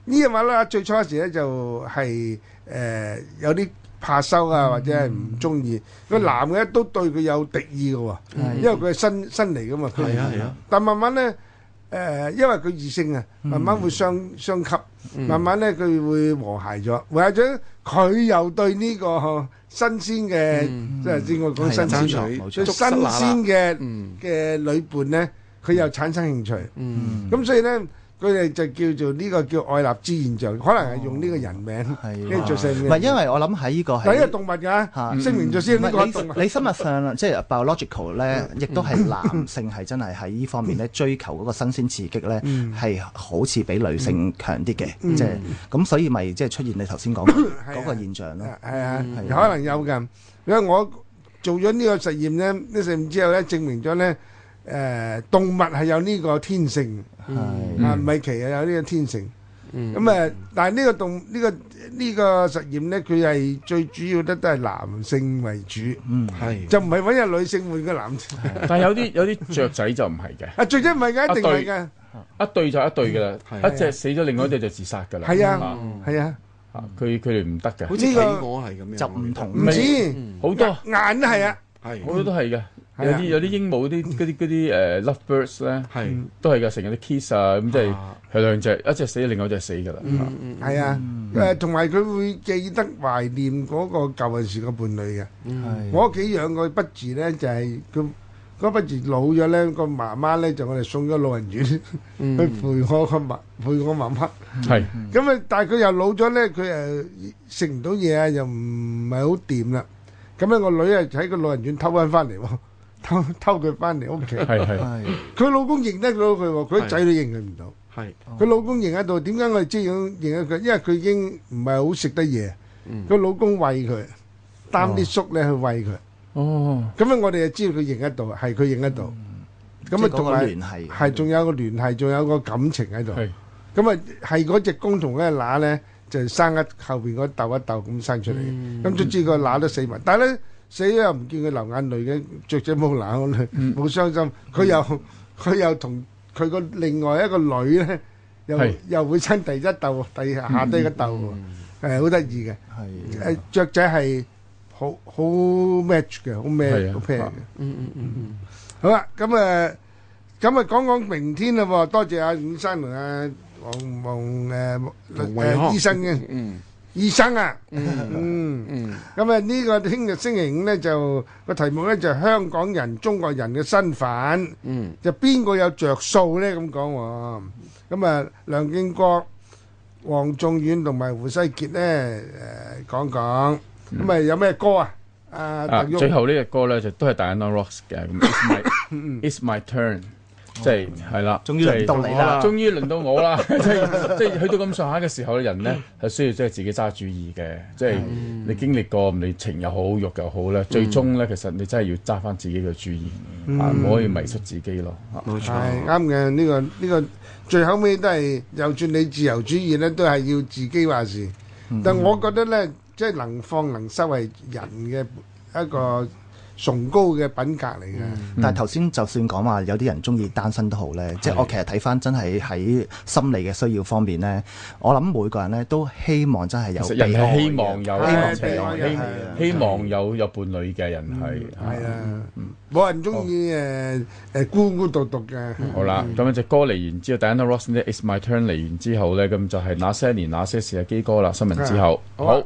C: 呢只馬騮最初嗰時咧就係、呃有啲怕羞啊，或者係唔中意個男嘅咧都對佢有敵意嘅喎，因為佢係新新嚟嘅嘛。佢
F: 係啊係啊，
C: 但慢慢咧。誒、因為佢異性啊，慢慢會相、相吸，
F: 嗯
C: 慢慢咧佢會和諧咗，和諧咗佢又對呢個新鮮嘅，即係先我講新
F: 爭
C: 鮮
F: 取
C: 啊
F: 冇
C: 對
F: 錯
C: 新鮮嘅
F: 嗯
C: 嘅女伴咧，佢又產生興趣。
F: 嗯
C: 咁所以咧，佢哋就叫做呢個叫愛立之現象，可能係用呢個人名，
D: 係
C: 呢個最細
D: 哦唔
C: 嘅。
D: 係因為我諗喺呢個
C: 嗱，呢個
D: 係。
C: 動物
D: 嚇
E: 嗯
C: 㗎，聲明咗先，呢個係動物啊嗯
D: 唔係。你你生物上啊啦即係 biological 咧，亦都係
E: 嗯
D: 男性係真係喺呢方面咧追求嗰個新鮮刺激咧，
C: 嗯
D: 係好似比女性強啲嘅，即係咁，所以咪即係出現你頭先講嗰個現象咯。
C: 嗯係啊，
D: 係啊
C: 可能有㗎。因為我做咗呢個實驗咧，呢實驗之後咧，證明咗咧，誒動物係有呢個天性，
D: 係
C: 啊米奇啊有呢個天性。咁誒，但係呢個動呢個呢個實驗咧，佢係最主要咧都係男性為主，
F: 係，
C: 就唔係揾個女性換個男性。
E: 但係有啲有啲雀仔就唔係嘅，
C: 啊，最緊唔係㗎，一定係㗎，
E: 一對就一對㗎啦，
D: 嗯
F: 係
E: 一隻死咗，另外一隻就自殺㗎啦。
C: 係啊，係啊，
E: 啊，佢佢哋唔得
F: 好
E: 嘅，
F: 似
C: 呢
F: 企
C: 個
F: 鵝係咁樣，
D: 就唔同
C: 唔止眼
E: 好多好
C: 都係啊，
F: 係
E: 多都係嗯嘅。有
C: 係啊
E: 啲有啲鸚鵡啲嗰啲嗰啲誒呃 lovebirds 咧，
F: 係，
E: 都係嘅，成日啲 kiss 啊，咁嗯即係
F: 啊
E: 係兩隻，一隻死，另外一隻死㗎啦。啊
F: 嗯
C: 係啊，誒同埋佢會記得懷念嗰個舊陣時個伴侶嘅。
D: 係
C: 我屋企養個筆字咧，就係佢嗰筆字老咗咧，個媽媽咧就我哋送咗老人院去
F: 嗯
C: 陪我個媽陪我媽媽。
E: 係
C: 咁啊，但係佢又老咗咧，佢誒食唔到嘢啊，又唔係好掂啦。咁咧，個女啊喺個老人院偷翻翻嚟喎， 偷偷佢翻嚟屋企。
E: 係係
D: 係
C: 佢老公認得到佢喎，佢啲仔女認佢唔到。
F: 係，
C: 佢老公認得到，點解我哋知認認得佢？因為佢已經唔係好食得嘢，佢老公餵佢，擔啲粟咧去餵佢。
E: 哦，
C: 咁啊樣我哋就知道佢認得到，係佢認得到。咁
D: 嗯即
C: 啊，
D: 係嗰
C: 同
D: 個
C: 埋
D: 聯繫
C: 係仲有個聯繫，仲有個感情喺度。
E: 係
C: 咁啊，係嗰只公同嗰只乸咧，就生一後邊嗰竇一竇咁生出嚟
D: 嗯
C: 嘅。咁總之個乸都死埋，但係咧死咗又唔見佢流眼淚嘅，雀仔冇流眼
D: 嗯
C: 淚，冇傷心。佢又佢又同佢個另外一個女咧，又
E: 係
C: 又會生第一竇、第下低一竇喎，
D: 嗯
C: 誒好得意嘅。
D: 係
C: 誒雀仔係好好 match 嘅，好 match
E: 係啊
C: 好 pair 嘅
E: 啊。
F: 嗯嗯嗯嗯，
C: 好啦，咁誒，咁啊講講明天啦喎，多謝阿伍生同阿黃黃
F: 黃
C: 誒
F: 惠康
C: 誒醫生嘅
F: 嗯
C: 醫生啊，嗯，
F: 嗯
C: 咁啊呢個聽日星期五咧就個題目咧就係香港人、中國人嘅身份。
F: 嗯
C: 就邊個有着數呢？咁講喎，咁啊梁敬國、黃仲遠同埋胡世傑呢，誒、講講，咁啊有咩歌啊？啊，
E: 啊，
C: 鄧旭
E: 最後呢只歌咧就都係 Diana Ross 嘅咁 It's My It's My Turn。即係係啦，
D: 嗯哦終於輪到
E: 即係
D: 你啦
E: 終於輪到我啦！ 即係即係去到咁上下嘅時候，人咧係需要即係自己揸主意嘅，即係
D: 嗯
E: 你經歷過，你情又好，欲又好咧，最終咧其實你真係要揸翻自己嘅主意，
D: 嗯
E: 啊唔可以迷失自己咯。啊
F: 冇錯，
C: 係啱嘅，呢、個呢、個最後尾都係，就算你自由主義咧，都係要自己話事。但我覺得咧，即係能放能收係人嘅一個崇高嘅品格嚟嘅。
D: 但係頭先就算講話有啲人中意單身都好咧，即係我其實睇翻真係喺心理嘅需要方面咧，我諗每個人咧都希望真係有
E: 其實
D: 被
E: 人
D: 愛嘅
E: 係希望有
C: 希望
E: 情
C: 被愛嘅
E: 希
C: 係
E: 希望有有伴侶嘅人
D: 嗯
E: 係啊
C: 係啊，冇人中意誒誒孤孤獨獨嘅。
E: 好啦，
C: 嗯
E: 咁樣只歌嚟完之後，Diana Ross 呢《It's My Turn》嚟完之後咧，咁就係那些年那些事嘅基歌啦，新聞之後，
C: 好啊
E: 好，